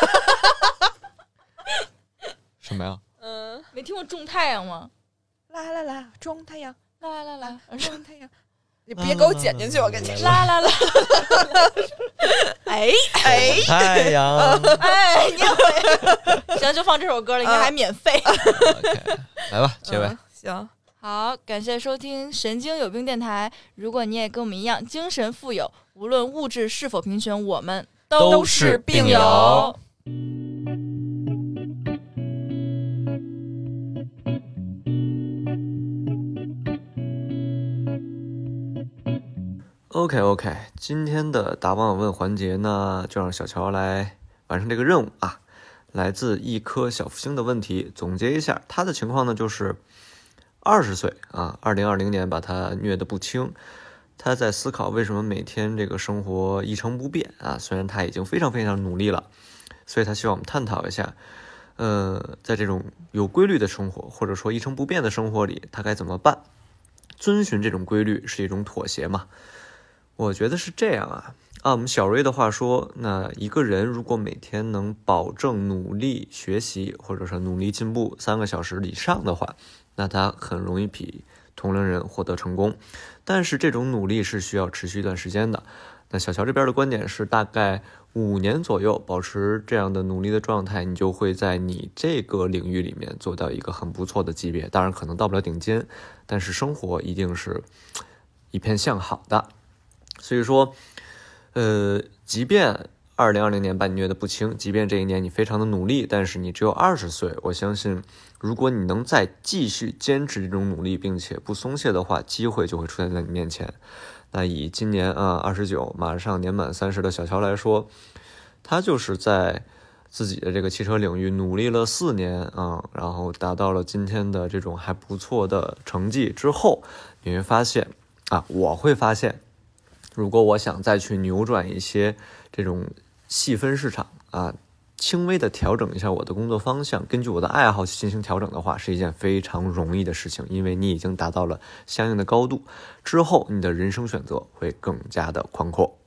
什么呀？嗯，没听过《种太阳》吗？来来来，种太阳。来来 来，上太阳。你别给我剪进去，我跟你说。啦啦啦！ 哎哎，太 阳。哎，你会？行，就放这首歌了，应该还免费。 OK，来吧，结尾嗯。行，好，感谢收听《神经有病电台》。如果你也跟我们一样精神富有，无论物质是否贫穷，我们都是是病友友。OK OK，今天的答网友问环节呢，就让小乔来完成这个任务啊。来自一颗小福星的问题，总结一下，他的情况呢就是二十岁啊，二零二零年把他虐得不轻。他在思考为什么每天这个生活一成不变啊，虽然他已经非常非常努力了，所以他希望我们探讨一下，呃，在这种有规律的生活或者说一成不变的生活里，他该怎么办？遵循这种规律是一种妥协嘛？我觉得是这样啊。按我们小瑞的话说，那一个人如果每天能保证努力学习，或者是努力进步三个小时以上的话，那他很容易比同龄人获得成功。但是这种努力是需要持续一段时间的。那小乔这边的观点是，大概五年左右保持这样的努力的状态，你就会在你这个领域里面做到一个很不错的级别。当然，可能到不了顶尖，但是生活一定是一片向好的。所以说，呃，即便二零二零年把你虐得不轻，即便这一年你非常的努力，但是你只有二十岁，我相信，如果你能再继续坚持这种努力，并且不松懈的话，机会就会出现在你面前。那以今年啊二十九，马上年满三十的小乔来说，他就是在自己的这个汽车领域努力了四年啊、然后达到了今天的这种还不错的成绩之后，你会发现啊，我会发现如果我想再去扭转一些这种细分市场啊，轻微的调整一下我的工作方向，根据我的爱好去进行调整的话，是一件非常容易的事情，因为你已经达到了相应的高度，之后你的人生选择会更加的宽阔。